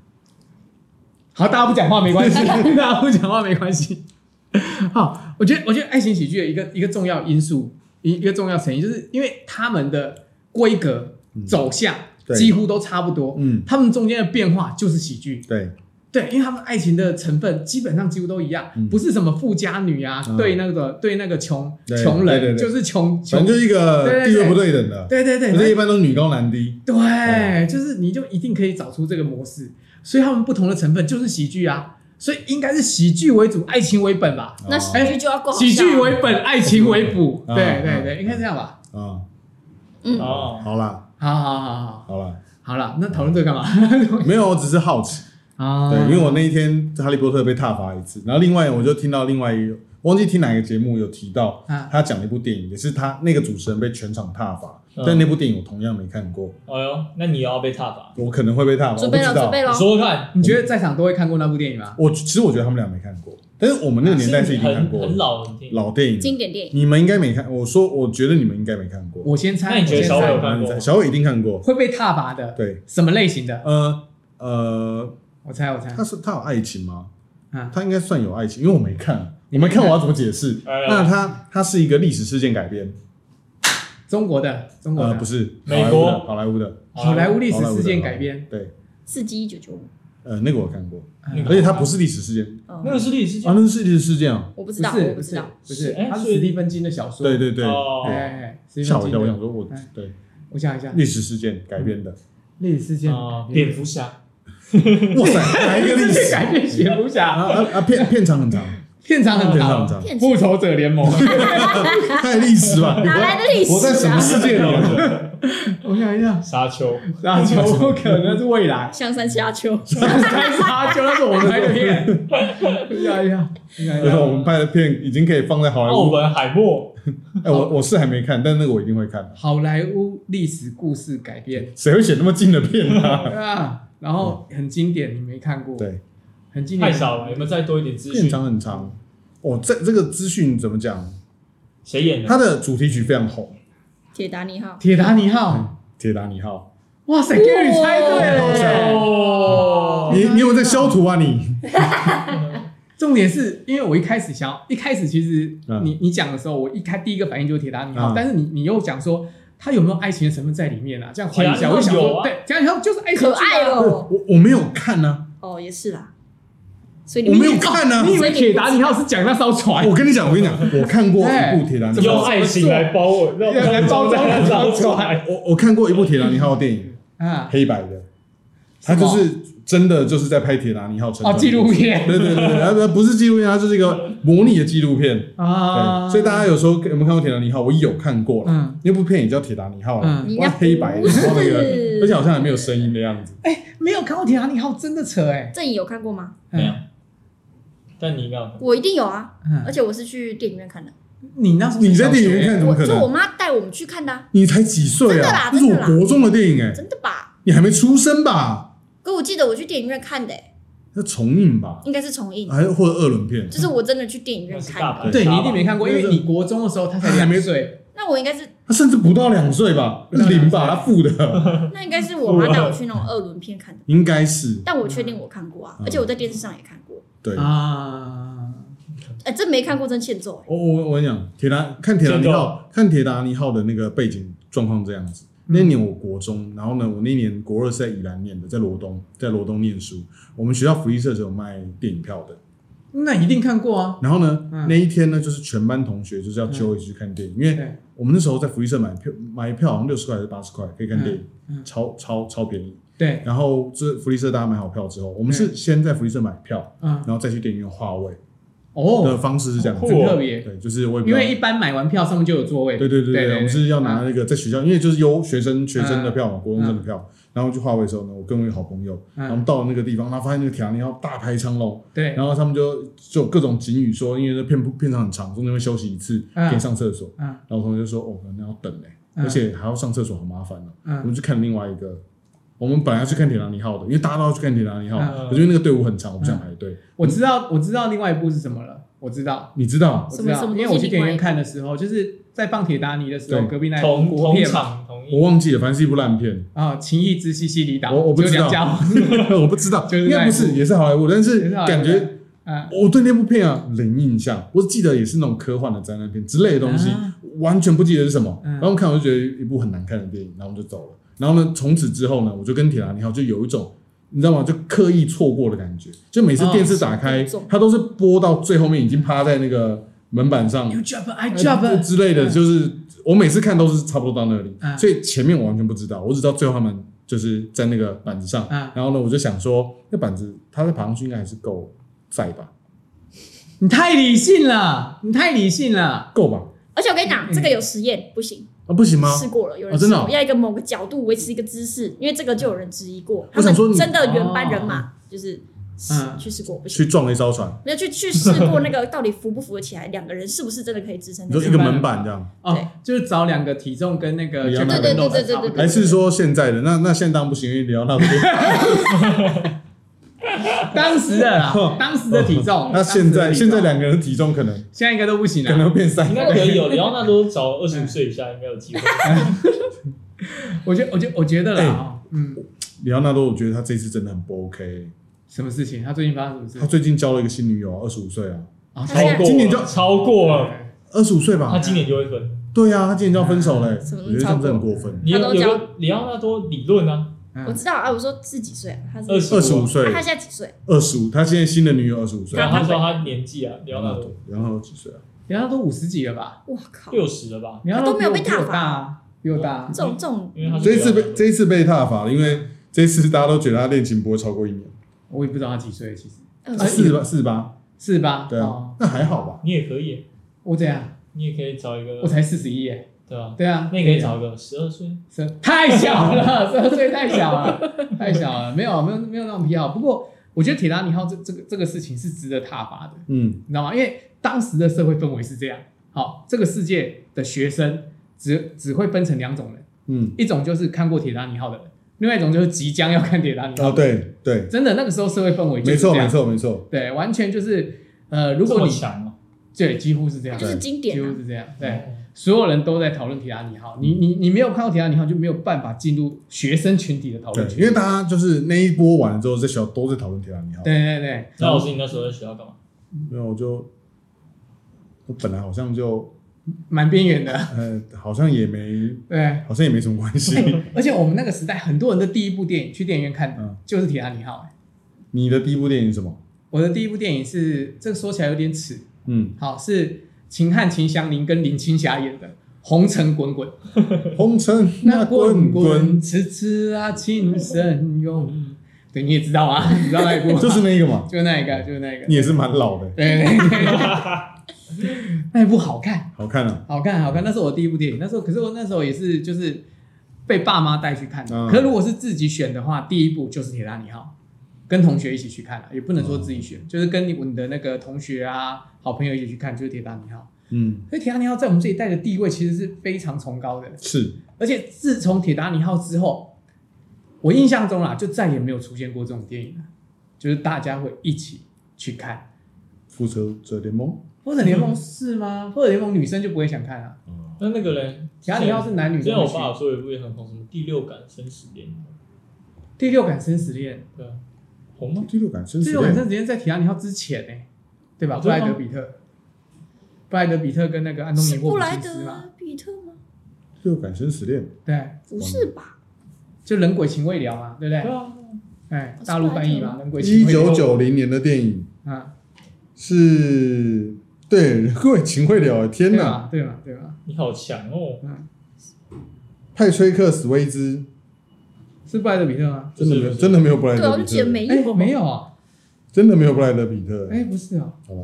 S2: 好，大家不讲话没关系， 大家不讲话没关系。 好，我觉得我觉得爱情喜剧的一个一个重要因素，一一个重要成因，就是因为他们的规格
S3: 嗯
S2: 走向
S3: 对
S2: 几乎都差不多，
S3: 嗯，
S2: 他们中间的变化就是喜剧。
S3: 对，
S2: 对，因为他们爱情的成分基本上几乎都一样，
S3: 嗯
S2: 不是什么富家女啊，
S3: 嗯
S2: 对那个对那个穷
S3: 对
S2: 穷
S3: 对对
S2: 人
S3: 对
S2: 就是穷
S3: 反
S2: 穷，
S3: 正就是一
S2: 对
S3: 个
S2: 对
S3: 地位
S2: 对
S3: 不对等的，
S2: 对对对，
S3: 而且一般都是女高男低。
S2: 对，就是你就一定可以找出这个模式，所以他们不同的成分就是喜剧啊，所以应该是喜剧为主，爱情为本
S3: 哦
S2: 吧，
S3: 啊
S1: 那喜剧就要够好笑啊
S2: 喜剧为本，爱情为辅，
S3: 嗯
S2: 对对
S3: 嗯
S2: 对，应该这样吧。
S3: 啊，
S1: 嗯，
S5: 哦，
S3: 好啦，
S2: 好好好好
S3: 好啦，
S2: 好了，那讨论这个干嘛？
S3: 没有，我只是好奇。
S2: 啊，
S3: 对，因为我那一天《哈利波特》被踏伐一次，然后另外我就听到另外一个忘记听哪个节目有提到
S2: 啊，
S3: 他讲了一部电影，也是他那个主持人被全场踏伐，
S5: 嗯
S3: 但那部电影我同样没看过，
S5: 哎呦，那你也要被踏伐？
S3: 我可能会被踏伐，我
S1: 准
S3: 不
S1: 备
S3: 知
S1: 了，
S3: 道
S1: 准。备了
S5: 你，说说看，
S2: 你觉得在场都会看过那部电影吗？
S3: 我其实我觉得他们俩没看过，但是我们那个年代是已经看
S5: 很
S3: 过
S5: 啊很
S3: 了
S5: 老很听，
S3: 老电影，
S1: 经典电影，
S3: 你们应该没看。我说，我觉得你们应该没看过。
S2: 我先猜，
S5: 那你觉
S2: 我
S5: 得
S2: 先
S5: 小伟
S2: 猜
S5: 有看过吗
S3: 小伟一定看过，
S2: 会被踏伐的？
S3: 对，
S2: 什么类型的？
S3: 呃呃，
S2: 我猜，我猜
S3: 他，是他有爱情吗？
S2: 啊，
S3: 他应该算有爱情，因为我没看，我
S2: 你
S3: 没
S2: 没
S3: 看，
S2: 看
S3: 我要怎么解释？
S5: 哎呀
S3: 那他他是一个历史事件改编。
S2: 中国的，中国
S3: 呃，
S2: 的
S3: 不，是
S5: 美
S3: 好莱
S5: 国
S3: 坞的好莱坞的，
S2: 好莱坞历史事件
S3: 好莱坞的
S2: 改编，
S3: 对，
S1: 刺激一九九五，
S3: 呃，那个我看过，
S5: 那个
S3: 而且它不是历史事件
S1: 嗯
S5: 那个是历史事
S3: 啊，
S5: 件，
S3: 那是历史事件啊，
S1: 我不
S2: 不
S1: 知道，
S2: 是
S1: 我不知道，，
S2: 不是，
S5: 哎
S2: 它是
S5: 所以
S2: 史蒂芬金的小说。
S3: 对对对，
S5: 哦
S2: 哎哎，哎
S3: 吓我一跳，我想
S2: 我
S3: 说我
S2: 嗯
S3: 对
S2: 我想一下，
S3: 历史事件改编的，
S2: 历史事件
S5: 哦，蝙蝠侠，
S3: 哇塞，哪一个历
S2: 历史
S3: 史啊
S2: 改编蝙蝠侠，
S3: 啊啊片片长很长，
S2: 片长很
S3: 片长
S2: 长，
S3: 很长，
S1: 骗
S2: 复
S1: 子，
S2: 仇者联盟。
S3: 太历史吧，你
S1: 哪来的历史啊
S3: 活在什么世界里啊？
S2: 我想一下，
S5: 沙丘，
S3: 嗯
S2: 沙丘不可能是未 来，
S1: 香山下丘，
S2: 开沙丘那是我们拍的片。我想一下，我想一
S3: 就是
S2: 下
S3: 我们拍的片已经可以放在好莱
S5: 奥
S1: 哦
S3: 坞，
S5: 本海默，
S3: 哎，我我是还没看，但那个我一定会看，
S2: 好莱坞历史故事改编
S3: 谁会写那么近的片啊？
S2: 对啊，然后很经典，你没看
S1: 哦
S2: 过？
S3: 对，
S2: 很经典。
S5: 太少了，有没有再多一点资
S3: 片
S5: 讯？
S3: 长很长，哦，这这个资讯怎么讲？
S5: 谁演的？
S3: 它的主题曲非常红，
S1: 铁达尼号，
S2: 铁达尼号，
S3: 《铁达尼号》。
S2: 哇塞，Gary 猜对
S3: 好像
S2: 了。
S5: 哦，
S3: 你你有没有在消毒啊你？
S2: 重点是因为我一开始想要，一开始其实
S3: 嗯
S2: 你、你讲的时候，我一开第一个反应就是铁达尼号，
S3: 嗯
S2: 但是你你又讲说它有没有爱情的成分在里面啊？这样怀疑一
S5: 铁
S2: 下，
S5: 达尼号
S2: 我就想
S5: 有
S2: 说，
S5: 啊
S2: 对，铁达尼号就是爱情剧
S1: 可
S2: 啊
S1: 爱哦，
S3: 我我没有看啊呢、
S1: 哦也是啦，所以
S3: 我
S1: 你
S3: 没
S1: 们
S3: 有看啊哦呢、
S2: 你以为铁达尼号是讲那艘船？
S3: 我跟你讲，我跟你讲，我看过
S1: 哎
S3: 一部《铁达尼
S2: 怎么
S5: 用
S3: 号》，
S5: 爱情来包我，让
S2: 来包装
S5: 让
S2: 那艘
S5: 包装
S2: 船
S3: 我我看过一部《铁达尼号》的电影，
S2: 啊，
S3: 黑白的，它就是真的就是在拍《铁达尼号》成
S2: 哦，纪录。片
S3: 对对对对，它它不是纪录片，它就是一个模拟的纪录片。
S2: 啊，
S3: 对，所以大家有时候有没有看过《铁达尼号》？我有看过了，
S2: 嗯，
S3: 那部片也叫《铁达尼号》啦，
S2: 嗯
S1: 你
S3: 哇，
S1: 那
S3: 黑白的，
S1: 不是
S3: 然后那个，而且好像还没有声音的样子。
S2: 哎、没有看过铁达尼号，真的扯哎、
S1: 正义有看过吗？
S5: 没有
S2: 嗯，
S5: 但你应该有看
S1: 我一定有啊，而
S2: 嗯，
S1: 且我是去电影院看的，
S2: 你那时候
S3: 你在电影院看怎么
S1: 我
S3: 可
S1: 就我
S3: 能？
S1: 妈带我们去看的啊，
S3: 你才几岁
S1: 真的
S3: 啊
S1: 啦？
S3: 这是
S1: 真的
S3: 我
S1: 啦
S3: 国中的电影哎、
S1: 真的吧？
S3: 你还没出生吧？
S1: 可我记得我去电影院看的欸，
S3: 那重映吧，
S1: 应该是重映，
S3: 还或者二轮片？
S1: 就是我真的去电影院看
S5: 那
S1: 的
S2: 对
S5: 是大。
S2: 你一定没看过，因为你国中的时候他才
S3: 还没
S2: 两岁，
S1: 那我应该是，
S3: 他甚至不到两岁吧，
S2: 不到两岁
S3: 零吧，他付的，
S1: 那应该是我妈带我去那种二轮片看的，
S3: 应该是
S1: 但我确定我看过啊
S3: 嗯，
S1: 而且我在电视上也看过。
S3: 对。
S2: 啊，
S1: 哎，真没看过真欠揍哎。
S3: 我哦我我跟你讲，铁达看铁达尼号，看铁达尼号的那个背景状况这样子。那年我国中，然后呢，我那年国二是在宜兰念的，在罗东，在罗东念书。我们学校福利社是有卖电影票的。
S2: 那一定看过啊，
S3: 然后呢，
S2: 嗯
S3: 那一天呢，就是全班同学就是要揪一起去看电影，因为
S2: 对，
S3: 我们那时候在福利社买票，买票好像六十块还是八十块可以看电影，
S2: 嗯嗯
S3: 超超超便宜。
S2: 对，
S3: 然后这福利社大家买好票之后，我们是先在福利社买票，
S2: 嗯
S3: 然后再去电影院划位。的
S2: 哦，
S3: 方式是这样子
S5: 酷
S2: 很
S5: 哦
S2: 特别，
S3: 对，就是我也不知
S2: 因
S3: 道
S2: 为一般买完票上面就有座位，
S3: 对对对
S2: 对啊
S3: 对，我们是要拿那个在学校，因为就是优学生学生的票嘛，国中生的
S2: 嗯
S3: 票，然后去划位的时候呢，我跟我一个好朋友，然后
S2: 嗯，
S3: 我们到了那个地方，然后发现那个铁达尼号大排长龙，
S2: 对，
S3: 然后他们就就有各种警语说，因为这片片场很长，中间会休息一次，
S2: 嗯
S3: 可以上厕所。
S2: 嗯
S3: 然后我同学就说，哦，可能要等嘞，
S2: 嗯
S3: 而且还要上厕所，好麻烦哦。我
S2: 嗯
S3: 们去看另外一个，我们本来要去看铁达尼号的，因为大家都要去看铁达尼号，
S2: 嗯
S3: 可是因为那个队伍很长，我不想排队。
S2: 我知道，我知道另外一部是什么了，我知道，
S3: 你知道，
S2: 我
S1: 什
S2: 知
S1: 么
S2: 道
S1: 什，么
S2: 因为
S1: 东
S2: 我
S1: 西
S2: 去电影
S1: 另外一
S2: 院
S1: 部
S2: 看的时候，就是在放铁达尼的时候，
S3: 对
S2: 隔壁那一部
S5: 同
S2: 国
S5: 同
S2: 片嘛
S5: 场同
S3: 我
S5: 一，
S3: 忘记了，反正是一部 烂片，
S2: 啊，《情义之西西里岛》，
S3: 我我不
S2: 就
S3: 知
S2: 梁
S3: 道
S2: 家辉，
S3: 我不知道，
S2: 就是
S3: 应该
S2: 那一
S3: 不
S2: 部
S3: 是，也是好莱坞，但
S2: 也
S3: 是
S2: 是好莱坞
S3: 感觉
S2: 嗯，
S3: 我对那部片啊零印象，我记得也是那种科幻的灾难片之类的东西，
S2: 啊
S3: 完全不记得是什么。
S2: 嗯
S3: 然后看我就觉得一部很难看的电影，然后我就走了。然后呢，从此之后呢，我就跟铁达尼号就有一种你知道吗？就刻意错过的感觉。就每次电视打开，
S1: 哦是
S3: 它都是播到最后面已经趴在那个门板上
S2: You jump, I
S3: 呃
S2: jump，
S3: 之之类的，
S2: 嗯
S3: 就是我每次看都是差不多到那里，
S2: 嗯
S3: 所以前面我完全不知道，我只知道最后他们就是在那个板子上。
S2: 啊，
S3: 然后呢，我就想说，那板子它在爬上去应该还是够载吧。
S2: 你太理性了，你太理性了，
S3: 够吧？
S1: 而且我跟你讲，
S2: 嗯
S1: 这个有实验，不行，
S3: 啊，不行吗？
S1: 试过了，有
S3: 哦
S1: 人
S3: 真
S1: 试
S3: 的哦
S1: 过，要一个某个角度维持一个姿势，因为这个就有人质疑过，
S3: 我
S1: 他
S3: 想
S1: 们
S3: 说你哦
S1: 真的原班人马就是试
S2: 嗯
S1: 去试过，不行，
S3: 去撞了一艘船，
S1: 没有去去试过那个到底扶不扶得起来，两个人是不是真的可以支撑
S3: 你
S1: 得
S3: 说
S1: 起
S3: 一
S1: 来？
S3: 个门板这样，
S2: 哦
S1: 对，
S2: 就是找两个体重跟那个
S3: 一样
S2: Jack Nicholson
S3: 的
S1: 对对对对对对
S2: 差
S3: 还是说现在的？那那现在当然不行，因为你要那边。
S2: 不多当时的啦，当时的体重，
S3: 哦那现在
S2: 当时的体重
S3: 现在两个人体重可能
S2: 现在应该都不行
S3: 可
S2: 了。
S3: 能会变三
S5: 应该
S3: 个。
S5: 可 以有。里奥纳多找二十五岁以下应该有机会。
S2: 我觉得，我觉得，我觉得啦，
S3: 哎
S2: 哦嗯，
S3: 里奥纳多，我觉得他这次真的很不 OK。
S2: 什么事情？他最近发生什么
S3: 他
S2: 事？
S3: 最近交了一个新女友啊，二十五岁啊，
S2: 啊
S1: 他现在
S3: 今年就
S5: 了超
S2: 嗯
S5: 过了，
S3: 二十五岁
S5: 他
S3: 吧？
S5: 今年就会分。
S3: 对啊，他今年就要分手嘞。
S1: 什么
S3: 我觉得这样真的很过分。
S5: 你
S1: 他
S5: 有
S1: 都
S5: 有
S1: 交
S5: 个里奥纳多理论啊，
S1: 我
S2: 嗯
S1: 知道啊，我说是几岁啊？他是
S5: 二十
S3: 二十五岁
S1: 啊，他现在几岁？
S3: 二十五，他现在新的女友二十五岁。
S5: 然后他说他年纪啊，里奥纳多
S3: 然后几岁啊？
S2: 人家都五十几了吧？
S1: 我靠，
S5: 六十了吧？
S2: 你要
S1: 都没有被
S2: 比我
S1: 踏伐
S2: 大啊，比我大啊
S1: 这。种这种
S5: 因为他是
S3: 这一次
S5: 里奥纳
S3: 被
S5: 多
S3: 这一次被踏伐了，因为这一次大家都觉得他恋情不会超过一年，啊
S2: 我也不知道他几岁，其实
S1: 二
S2: 哎
S1: 十
S3: 四十八四十八，
S2: 是吧？
S3: 对啊
S2: 哦，，
S3: 那还好吧。
S5: 你也可以，
S2: 我怎样？
S5: 你也可以找一个
S2: 我，才四十一耶。
S5: 对啊，
S2: 对啊，
S5: 那你可以找一个十二岁。
S2: 是太小了，十二岁太小了，太小了，没有没有没有那种癖好。不过我觉得铁达尼号这这个这个事情是值得挞伐的，
S3: 嗯，
S2: 你知道吗？因为当时的社会氛围是这样，好，这个世界的学生只只会分成两种人，
S3: 嗯，
S2: 一种就是看过铁达尼号的人，另外一种就是即将要看铁达尼号。
S3: 啊，，对对，
S2: 真的那个时候社会氛围哦就
S3: 没
S2: 是
S3: 错
S2: 这
S3: 没
S2: 样，
S3: 错没错，
S2: 对，完全就是呃，如
S5: 这
S2: 果
S5: 么
S2: 你
S5: 强哦，
S2: 对几乎是这样，
S1: 就是经典
S2: 几
S1: 啊
S2: 乎是这样，对。
S3: 嗯
S2: 所有人都在讨论提拉尼号，你你你没有看到提拉尼号，就没有办法进入学生群体的讨
S3: 对
S2: 论，
S3: 因
S2: 区。
S3: 为大家就是那一波完了之后，在学校都在讨论铁达尼号，
S2: 对对对，
S5: 那老师，你那时候在学校干嘛？
S3: 没有我就我本来好像就
S2: 蛮边缘的，
S3: 呃好像也没
S2: 对。
S3: 好像也没什么 关系。
S2: 而且我们那个时代，很多人的第一部电影去电影院看
S3: 嗯
S2: 的就是《提拉尼号》欸。
S3: 你的第一部电影是什么？
S2: 我的第一部电影是这个说起来有点耻，
S3: 嗯，
S2: 好是秦汉、秦祥林跟林青霞演的《红尘滚滚》。
S3: 红尘那滚滚，
S2: 痴痴啊，情深永。对，你也知道啊，你知道那一部吗，
S3: 就是那个 嘛，
S2: 就那一个，就是那一个。
S3: 你也是蛮老的，
S2: 对对对， 那一部好看。
S3: 好看啊，
S2: 好看，好看，那是我第一部电影。那时候，可是我那时候也是就是被爸妈带去看的。
S3: 嗯
S2: 可是如果是自己选的话，第一部就是《铁达尼号》，跟同学一起去看啊，也不能说自己选，
S3: 嗯
S2: 就是跟你你的那个同学啊、好朋友一起去看，就是《铁达尼号
S3: 嗯》。，
S2: 所以《铁达尼号》在我们这一代的地位其实是非常崇高的。
S3: 是
S2: 而且自从《铁达尼号》之后，我印象中啦，就再也没有出现过这种电影了，就是大家会一起去看。
S3: 复仇者联盟
S2: 或者联盟是吗？或者联盟女生就不会想看啊。
S3: 啊，
S5: 那那个人，
S2: 铁达尼号是男女
S5: 之
S2: 都
S5: 前我
S2: 会去
S5: 啊爸有说有一部也很红，什么第六感生死恋，
S2: 第六感生死恋，
S5: 对啊，红吗？
S3: 第六感生
S2: 第
S3: 死
S2: 六感
S3: 恋
S2: 生死啊恋在提拉尼号之前呢、对吧？
S5: 哦
S2: 布莱
S5: 真的
S2: 德
S5: 吗
S2: 比特，布莱德比特跟那个安东尼
S1: 是
S2: 霍
S1: 布
S2: 普
S1: 莱
S2: 金斯
S3: 啊
S2: 嘛，
S1: 德比特吗？
S3: 第六感生死恋，
S2: 对，
S1: 不是吧？
S2: 就人鬼情未了嘛，对不
S5: 对
S2: 对？
S5: 啊，
S2: 哎，
S1: 哦
S2: 大陆翻译嘛，人鬼
S3: 一
S2: 情未
S3: 九
S2: 了
S3: 九零年的电影
S2: 啊，
S3: 是。对，人鬼情未了，天
S2: 对啊
S3: 哪！
S2: 吧？对吧？对吧？
S5: 你好强哦，
S2: 嗯，
S3: 派崔克·史威兹
S2: 是布莱德比特吗？
S3: 真的没
S5: 不
S3: 有，
S5: 是
S3: 真的没有布莱
S1: 对啊，
S3: 嗯德
S1: 我
S3: 比
S1: 就觉得
S3: 特，
S1: 没
S2: 哎
S1: 有，，
S2: 没有啊，
S3: 真的没有布莱德比特，
S2: 哎，不是哦，
S3: 好吧？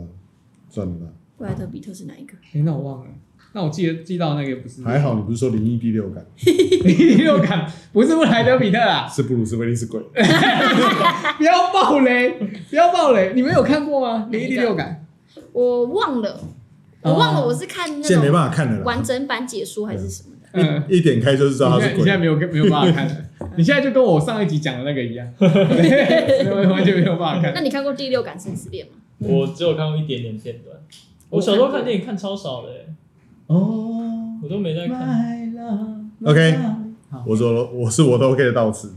S3: 算了吧，
S1: 布莱德比特是哪一个？
S2: 哎，那我忘了，那我记得记到那个不是
S3: 还好你不是说灵异第六感，
S2: 第六感，不是布莱德比 特啊！
S3: 是布鲁斯威利是鬼，
S2: 不要爆雷，不要爆雷！你们有看过吗？《
S1: 哪
S2: 灵
S1: 一
S2: 异
S1: 个
S2: 第六 感
S1: 我忘了，我忘了我是看那
S3: 现在没
S1: 种
S3: 办法看了
S1: 完
S3: 啦，
S1: 整版解说还是什么的。》
S2: 嗯，
S3: 一点开就知
S2: 你
S3: 道他
S2: 现嗯
S3: 是
S2: 在你现在
S3: 鬼，
S2: 没有跟没有办法看了，你现在就跟我上一集讲的那个一样， 对完全没有办法看。
S1: 那你看过《第六感生死恋》吗？
S5: 我只有看过一点点片段。我小时候看电影看超少的、欸，
S2: 哦
S5: 我都没在看。
S2: ，My love。
S3: OK
S2: 好，
S3: 我说了我是我都 OK 到此，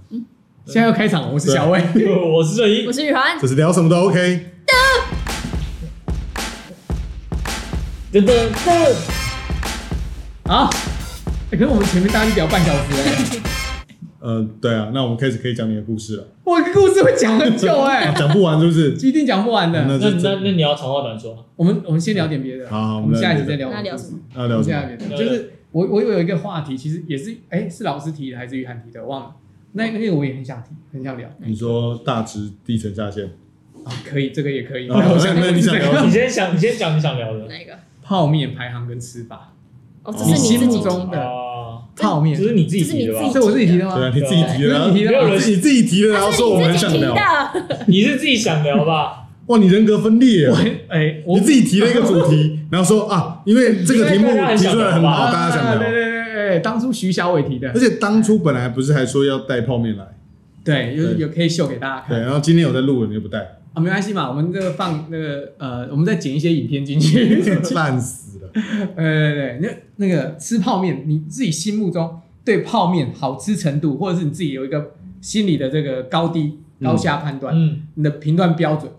S2: 现在要开场，我是小 魏。
S5: 我是最一
S1: 嗯我，是雨涵，
S3: 就是聊什么都 OK。
S5: 噔噔噔，
S2: 好，欸可是我们前面大家就聊半小时 了，
S3: 呃，对啊，那我们开始可以讲你的故事了，啊
S2: 我的故事会讲很久 哎，
S3: 讲不完是不是？
S2: 一定讲不完的。
S3: 那
S5: 那
S3: 就
S5: 那那你要长话短说啊，
S2: 我们我们先聊点别的，
S3: 好好
S2: 我们下一集再聊我
S1: 那
S2: 们的故
S1: 聊
S2: 事。
S1: 什么？
S3: 那聊什
S2: 下
S3: 么？
S2: 面的，就是我我有一个话题，其实也是哎、是老师提的还是雨涵提的，忘了。那那个我也很想提，很想聊
S3: 你说大直地层下陷，
S2: 啊，可以，这个也可以。
S3: 哦
S2: 那我想
S3: 那那你想聊
S2: 这
S5: 你
S2: 个
S5: 先想，你先讲你想聊的。
S1: 哪一个？
S2: 泡面排行跟吃法，
S1: 哦，这
S2: 你
S1: 是
S2: 心
S1: 自己
S2: 目
S1: 提的
S2: 中的
S5: 啊，
S2: 泡
S5: 这
S2: 面，
S5: 是你自己
S1: 这是
S5: 提
S1: 你
S5: 的
S1: 自己
S5: 吧？
S2: 是我自己提的
S3: 对啊，
S2: 吗？
S3: 你自己提的啊，
S2: 你提
S5: 没有
S2: 的吗
S5: 人？
S3: 你自己
S1: 啊
S3: 提的，然后啊说我们很想聊，
S1: 的，
S5: 你是自己想 聊吧？
S3: 哇，你人格分裂
S2: 我
S3: 啊，
S2: 很哎，我
S3: 你自己提了一个主 题，然后说啊，因为这个题目提出来很好，大家
S2: 啊对
S3: 想聊，
S2: 对对对，当初徐小伟提的
S3: 而，且当初本来不是还说要带泡面来，
S2: 对，有
S3: 对
S2: 有可以秀给大家
S3: 对，
S2: 看
S3: 然后今天有在录了，你就不带，
S2: 啊，没关系嘛，我们这个放那个呃，我们再剪一些影片进去。
S3: 烂死了。
S2: 呃，对对对，那那个吃泡面，你自己心目中对泡面好吃程度，或者是你自己有一个心里的这个高低高下判断，
S5: 嗯，
S2: 你的评断标准。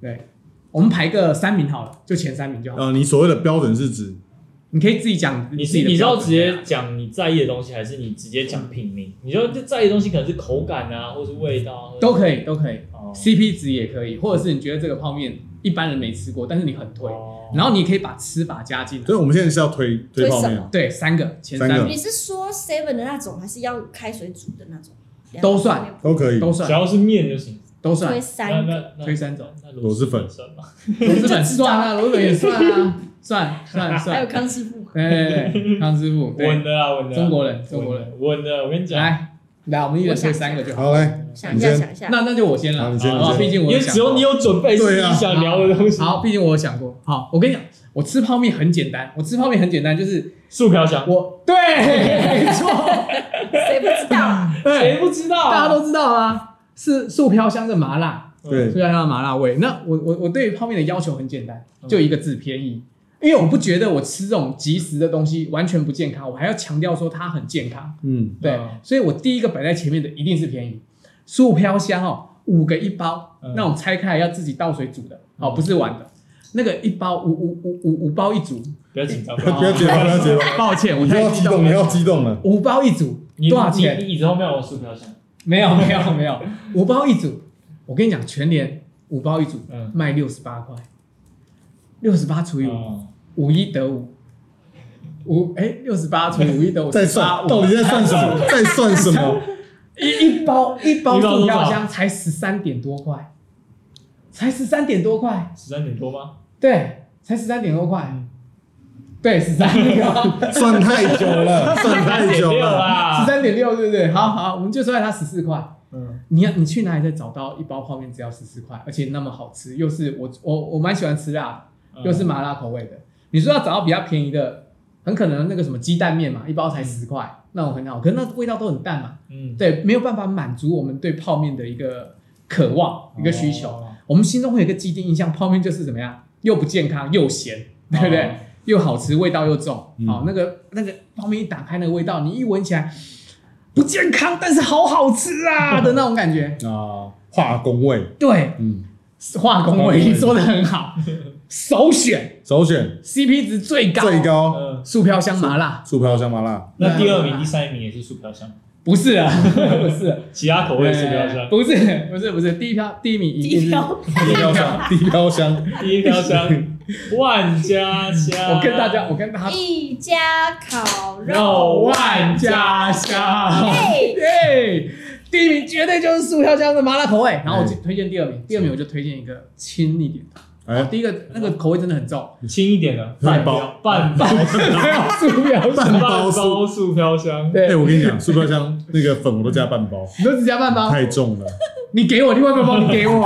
S2: 对，我们排个三名好了，就前三名就好。
S3: 呃，你所谓的标准是指
S2: 你可以自己讲
S5: 你
S2: 自己
S5: 是
S2: 的
S5: 你是
S2: 标
S5: 要
S2: 准啊
S5: 直接讲你在意的东西，还是你直接讲品名？你就就在意的东西可能是口感啊，或是味道啊，或者
S2: 都可以，都可以
S5: 哦
S2: ，CP 值也可以，或者是你觉得这个泡面一般人没吃过，但是你很推，
S5: 哦
S2: 然后你可以把吃法加进来
S3: 所以。我们现在是要推推泡面啊，
S2: 对，嗯三个前
S3: 三
S2: 三
S3: 个
S2: 名
S1: 你是说 seven 的那种，还是要开水煮的那种？
S2: 都算
S3: 都可以。
S2: 都
S5: 只
S2: 算
S5: 要是面就行。
S2: 都
S1: 推
S2: 算，
S5: 嗯那
S1: 三个，
S5: 那那
S2: 推三种，
S5: 那
S3: 螺蛳粉
S5: 算吧。
S2: 螺蛳粉算啊，螺蛳粉也算啊，算算算。
S1: 还有康师傅。
S2: 哎，康师 傅，
S5: 稳
S2: 对，
S5: 的啊，稳的啊，
S2: 中国人，中国人，
S5: 稳的，我跟你讲，
S2: 来来，我们一人推三个就好。
S3: 好来，
S1: 想一下，
S3: 你先
S1: 想一下，
S2: 那那就我先
S3: 好
S2: 了，
S3: 你先
S2: 好吧啊
S3: 你先
S2: 毕竟
S5: 因
S2: 我
S5: 为
S2: 想
S5: 只有你有准备是
S3: 对啊
S5: 你想聊的东西。
S2: 好，毕竟我有想过。好，我跟你讲，我吃泡面很简单，我吃泡面很简单，就是
S5: 素朴想，
S2: 我对，没错，
S1: 谁不知道啊？
S5: 谁
S2: 对，
S5: 不知道啊？
S2: 大家都知道啊，是素飘香的麻辣，素
S3: 对，
S2: 飘香的麻辣味。那我我我对于泡面的要求很简单，
S5: 嗯
S2: 就一个字便宜。因为我不觉得我吃这种即食的东西完全不健康，我还要强调说它很健康。
S3: 嗯，
S2: 对，
S5: 嗯
S2: 所以我第一个摆在前面的一定是便宜。素飘香哦，五个一包，
S5: 嗯
S2: 那种拆开来要自己倒水煮的，哦，
S5: 嗯
S2: 不是碗的。那个一包五五五五五包一组，
S5: 不要紧张，
S3: 不要结巴，不要结巴，
S2: 抱歉，我
S3: 你
S2: 太
S3: 要
S2: 激
S3: 激
S2: 动
S3: 动，你要
S2: 了。
S3: 激动了。
S2: 五包一组
S5: 你
S2: 多少钱？
S5: 你你椅子后面有素朴想，
S2: 没有没有没有，五包一组。我跟你讲，全年五包一组
S5: 嗯，
S2: 卖六十八块，六十八除以五，
S5: 哦
S2: 五一得五，五哎六十八除以五一得五，
S3: 在
S2: 18
S3: 算，到底在算什 么？在算什么？
S2: 一一包一包
S5: 一包
S2: 薯
S5: 多
S2: 条
S5: 少
S2: 箱才十三点多块，才十三点多块，
S5: 十三点多吗？
S2: 对，才十三点多块，对，十三点
S3: 算太久 了，算太久
S5: 13.6
S3: 了。
S2: 啊十
S5: 啦。
S2: 三点六，对不对？好好，我们就算它十四块。
S5: 嗯，
S2: 你要你去哪里再找到一包泡面只要十四块，而且那么好吃，又是我我我蛮喜欢吃辣的，又是麻辣口味的。你说要找到比较便宜的，很可能那个什么鸡蛋面嘛，一包才十块，那种很好，可是那味道都很淡嘛，
S5: 嗯，
S2: 对，没有办法满足我们对泡面的一个渴望一个需求。
S5: 哦
S2: 我们心中会有一个既定印象，泡面就是怎么样，又不健康又咸，对不对？
S5: 哦
S2: 又好吃，味道又重。好、
S3: 嗯
S2: 那个那个泡面一打开，那个味道你一闻起来，不健康，但是好好吃 啊的那种感觉。
S3: 啊，化工味，
S2: 对，
S3: 嗯，
S2: 化工
S3: 化工
S2: 味
S3: 味
S2: 你说的很好，首选
S3: 首选
S2: CP 值最高，
S3: 最高呃
S5: 嗯，
S2: 素飘香麻辣
S3: 素飘香麻辣，
S5: 那第二名、第三名也是素朴想，
S2: 不是啊， 不是啊，
S5: 其他口味素朴
S2: 呃
S5: 想，
S2: 不是不是不是，第一票第一名一定
S1: 低
S2: 是
S1: 标
S3: 地飘香，地飘香，
S5: 第一飘香万家香。
S2: 我跟大家，我跟大家
S1: 一家烤
S5: 肉
S1: 肉，哎
S2: 万家香，耶！第一名绝对就是素飘香的麻辣口味，然后我就推荐第二名，第二名我就推荐一个轻一点的，哦
S3: 哎，
S2: 第一个那个口味真的很重，
S5: 轻一点的
S3: 半
S5: 半
S3: 包
S5: 半包
S2: 素描
S3: 半
S5: 半
S3: 包素
S5: 包素飘香，
S3: 哎，
S2: 对，
S3: 我跟你讲，塑料箱那个粉我都加半包，
S2: 你都只加半包，
S3: 太重了。
S2: 你给我另外一个包，你给我，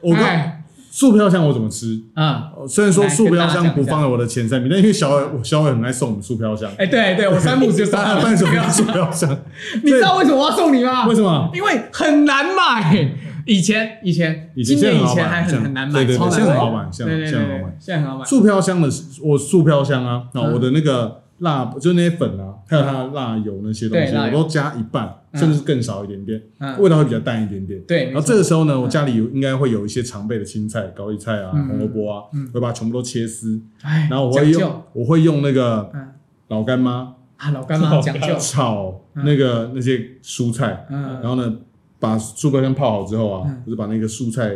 S3: 我跟
S2: 哎
S3: 素飘香我怎么吃？
S2: 啊，
S3: 呃虽然说素飘香不放在我的前三名，但因为小伟，我小伟很爱送我们素飘香，
S2: 哎，对对，我三步就杀
S3: 大家
S2: 了
S3: 伴手礼素飘香，
S2: 你知道为什么我要送你吗？
S3: 为什么？
S2: 因为很难买。以前以前
S3: 以前
S2: 今年
S3: 现在
S2: 以
S3: 很好买
S2: 前还很
S3: 现在
S2: 很难买，
S3: 对对对
S2: 超难
S3: 现在很
S2: 买
S3: 好买现在
S2: 对对
S3: 现在
S2: 对
S3: 很好买
S2: 对，现在很好买。
S3: 素飘香的我素飘香啊，那
S2: 嗯
S3: 我的那个辣就是那些粉啊，还有它的辣油那些东
S2: 对
S3: 西，
S2: 辣
S3: 我
S2: 油
S3: 都加一半，
S2: 嗯
S3: 甚至更少一点点，
S2: 嗯，
S3: 味道会比较淡一点点。
S2: 对，
S3: 然
S2: 没
S3: 后
S2: 错
S3: 这个时候呢，我家里有应该会有一些常备的青菜、高丽菜啊、
S2: 嗯
S3: 红萝卜啊
S2: 嗯，
S3: 会把它全部都切丝，
S2: 哎，
S3: 然后我会
S2: 讲
S3: 用
S2: 究
S3: 我会用那个
S2: 嗯
S3: 老干妈
S2: 啊，老干妈讲究，
S3: 炒那个那些蔬菜，然
S2: 嗯，
S3: 后呢把素飘香泡好之后啊
S2: 嗯，
S3: 就是把那个蔬菜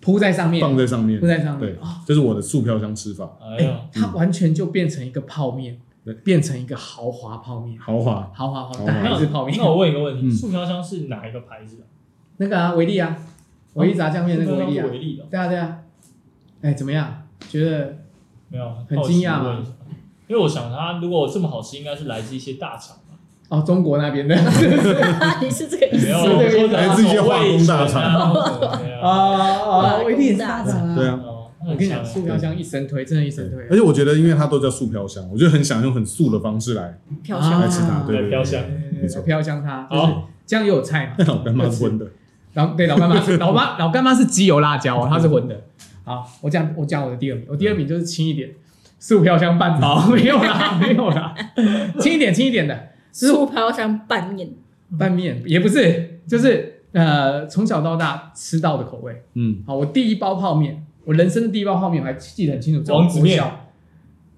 S2: 铺在上面，
S3: 放在上面
S2: 铺，在上
S3: 对
S2: 面，哦，
S3: 这是我的素飘香吃法，
S5: 哎呀，
S2: 它完全就变成一个泡面
S3: 对，
S2: 变成一个豪华泡面，
S3: 豪华。
S2: 豪华泡
S3: 豪华
S2: 但哎还是泡面
S5: 那。我问一个问
S3: 嗯
S5: 题，素飘香是哪一个牌子啊？
S2: 那个啊，维力啊，维力炸酱面那个维
S5: 素飘
S2: 力
S5: 香
S2: 啊
S5: 是，维力的，哦
S2: 对啊对啊，哎，怎么样？觉得
S5: 没有，啊
S2: 很
S5: 好奇
S2: 惊讶啊
S5: 问一下，因为我想它如果这么好吃，应该是来自一些大厂 吧。
S2: 哦，中国那边的
S1: 你是这个意
S5: 没
S1: 思
S5: 有，
S1: 吗？
S5: 我说的
S3: 来自一些化工大厂
S2: 啊
S5: 厂。
S2: 啊，
S1: 哇
S2: 维力也是大
S1: 工大
S2: 厂啊，
S3: 对啊，哎
S5: 哦
S2: 我
S5: 那很
S2: 跟你讲，
S5: 强欸
S2: 素飘香一神推，真的一神推
S3: 而。且我觉得，因为它都叫素飘香，我就很想用很素的方式来
S1: 飘
S3: 来
S1: 香
S2: 啊
S3: 吃它。对对对，
S5: 来欸飘香
S2: 对对
S3: 没
S2: 对
S3: 错哦
S2: 对，。飘香它，就是
S5: 好，
S2: 酱油有菜嘛，
S3: 那 老干妈是荤的，
S2: 然后对老干妈 是老妈老干妈是鸡油辣椒哦，它是混
S3: 嗯
S2: 的。好，我讲我讲我的第二名，我第二名就是轻一点，素飘香半包 没有啦没有啦，轻一点轻一点的
S1: 素飘香拌面，
S2: 拌面也不是，就是呃从小到大吃到的口味。
S3: 嗯，
S2: 好，我第一包泡面，我人生的第一包泡面我还记得很清楚，在我
S5: 王子面
S2: 国小，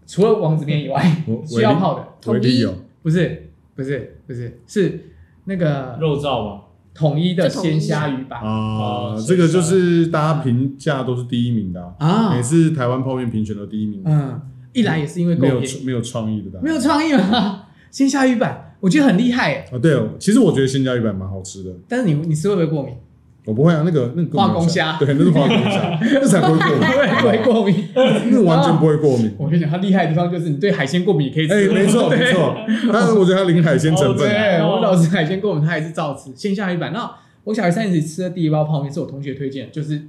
S2: 除了王子面以外
S3: 我
S2: 需要泡的
S3: 我一定有，
S2: 不是不是不是是那个
S5: 肉燥啊吧，
S2: 统一的
S1: 就统一啊
S2: 鲜虾鱼吧
S3: 啊
S5: 哦，
S3: 这个就是大家评价都是第一名的啊，
S2: 啊
S3: 每次台湾泡面评选都第一名，
S2: 嗯，一来也是因为够
S3: 没有
S2: 便宜，
S3: 没有创意的大家，
S2: 没有创意嘛，鲜虾鱼版，我觉得很厉害哎。
S3: 啊。对哦，其实我觉得鲜加鱼板蛮好吃的，
S2: 但是你你吃会不会过敏？
S3: 我不会啊，那个那个根本没
S2: 化
S3: 有
S2: 工虾
S3: 对，那是化工 虾，那才不会过敏，
S2: 会不会过 敏？
S3: 那完全不会过敏。
S2: 我跟你讲，它厉害的地方就是你对海鲜过敏也可以吃。
S3: 哎，没错
S2: 对
S3: 没错，但是我觉得它零海鲜成
S5: 哦
S3: 分啊，
S2: 对，我老师海鲜过敏，他也是照吃鲜虾鱼版。那我小学三年级吃的第一包泡面是我同学推荐的，就是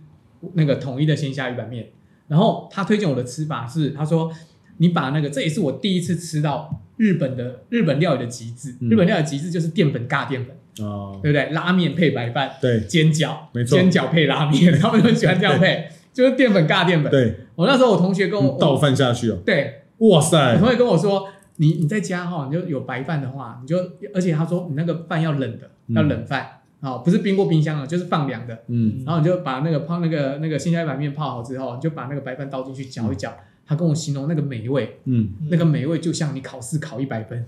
S2: 那个统一的鲜虾鱼板面。然后他推荐我的吃法是，他说你把那个，这也是我第一次吃到日本的日本料理的极致。
S3: 嗯
S2: 日本料理的极致就是淀粉尬淀粉，
S3: 啊，
S2: 哦对不对？拉面配白饭，
S3: 对
S2: 煎饺，
S3: 没错
S2: 煎饺配拉面， 他们都喜欢这样配，就是淀粉尬淀粉。
S3: 对，
S2: 我那时候我同学跟我
S3: 你倒饭下去哦，
S2: 对，
S3: 哇
S2: 我
S3: 塞
S2: 同，学跟我说，你你在家哈、你就有白饭的话，你就而且他说你那个饭要冷的，
S3: 嗯
S2: 要冷饭啊、哦，不是冰过冰箱的，就是放凉的。
S3: 嗯，
S2: 然后你就把那个泡那个那个鲜虾白面泡好之后，你就把那个白饭倒进去搅一搅。他跟我形容那个美味，
S3: 嗯，
S5: 嗯
S2: 那个美味就像你考试考一百分。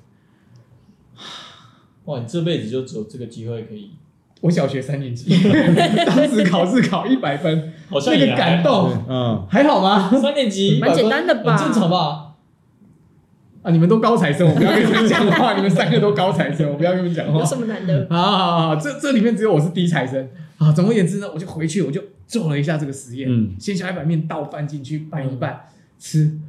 S5: 哇，你这辈子就只有这个机会可以，
S2: 我小学三年级， 当时考试考一百分，
S5: 好像
S2: 那
S5: 也
S2: 个感
S3: 对
S2: 动
S3: 啊，
S2: 还好吗？
S5: 还好三年级
S1: 蛮简单的吧
S5: 很正常吧？
S2: 啊，你们都高材生，我不要跟你们讲话， 你们三个都高材生，我不要跟你们讲话
S1: 有。什么难的？
S2: 好好好好，这这里面只有我是低材生啊。总而言之呢，我就回去我就做了一下这个实验，
S3: 嗯
S2: 先下一百面倒饭进去拌一拌、吃，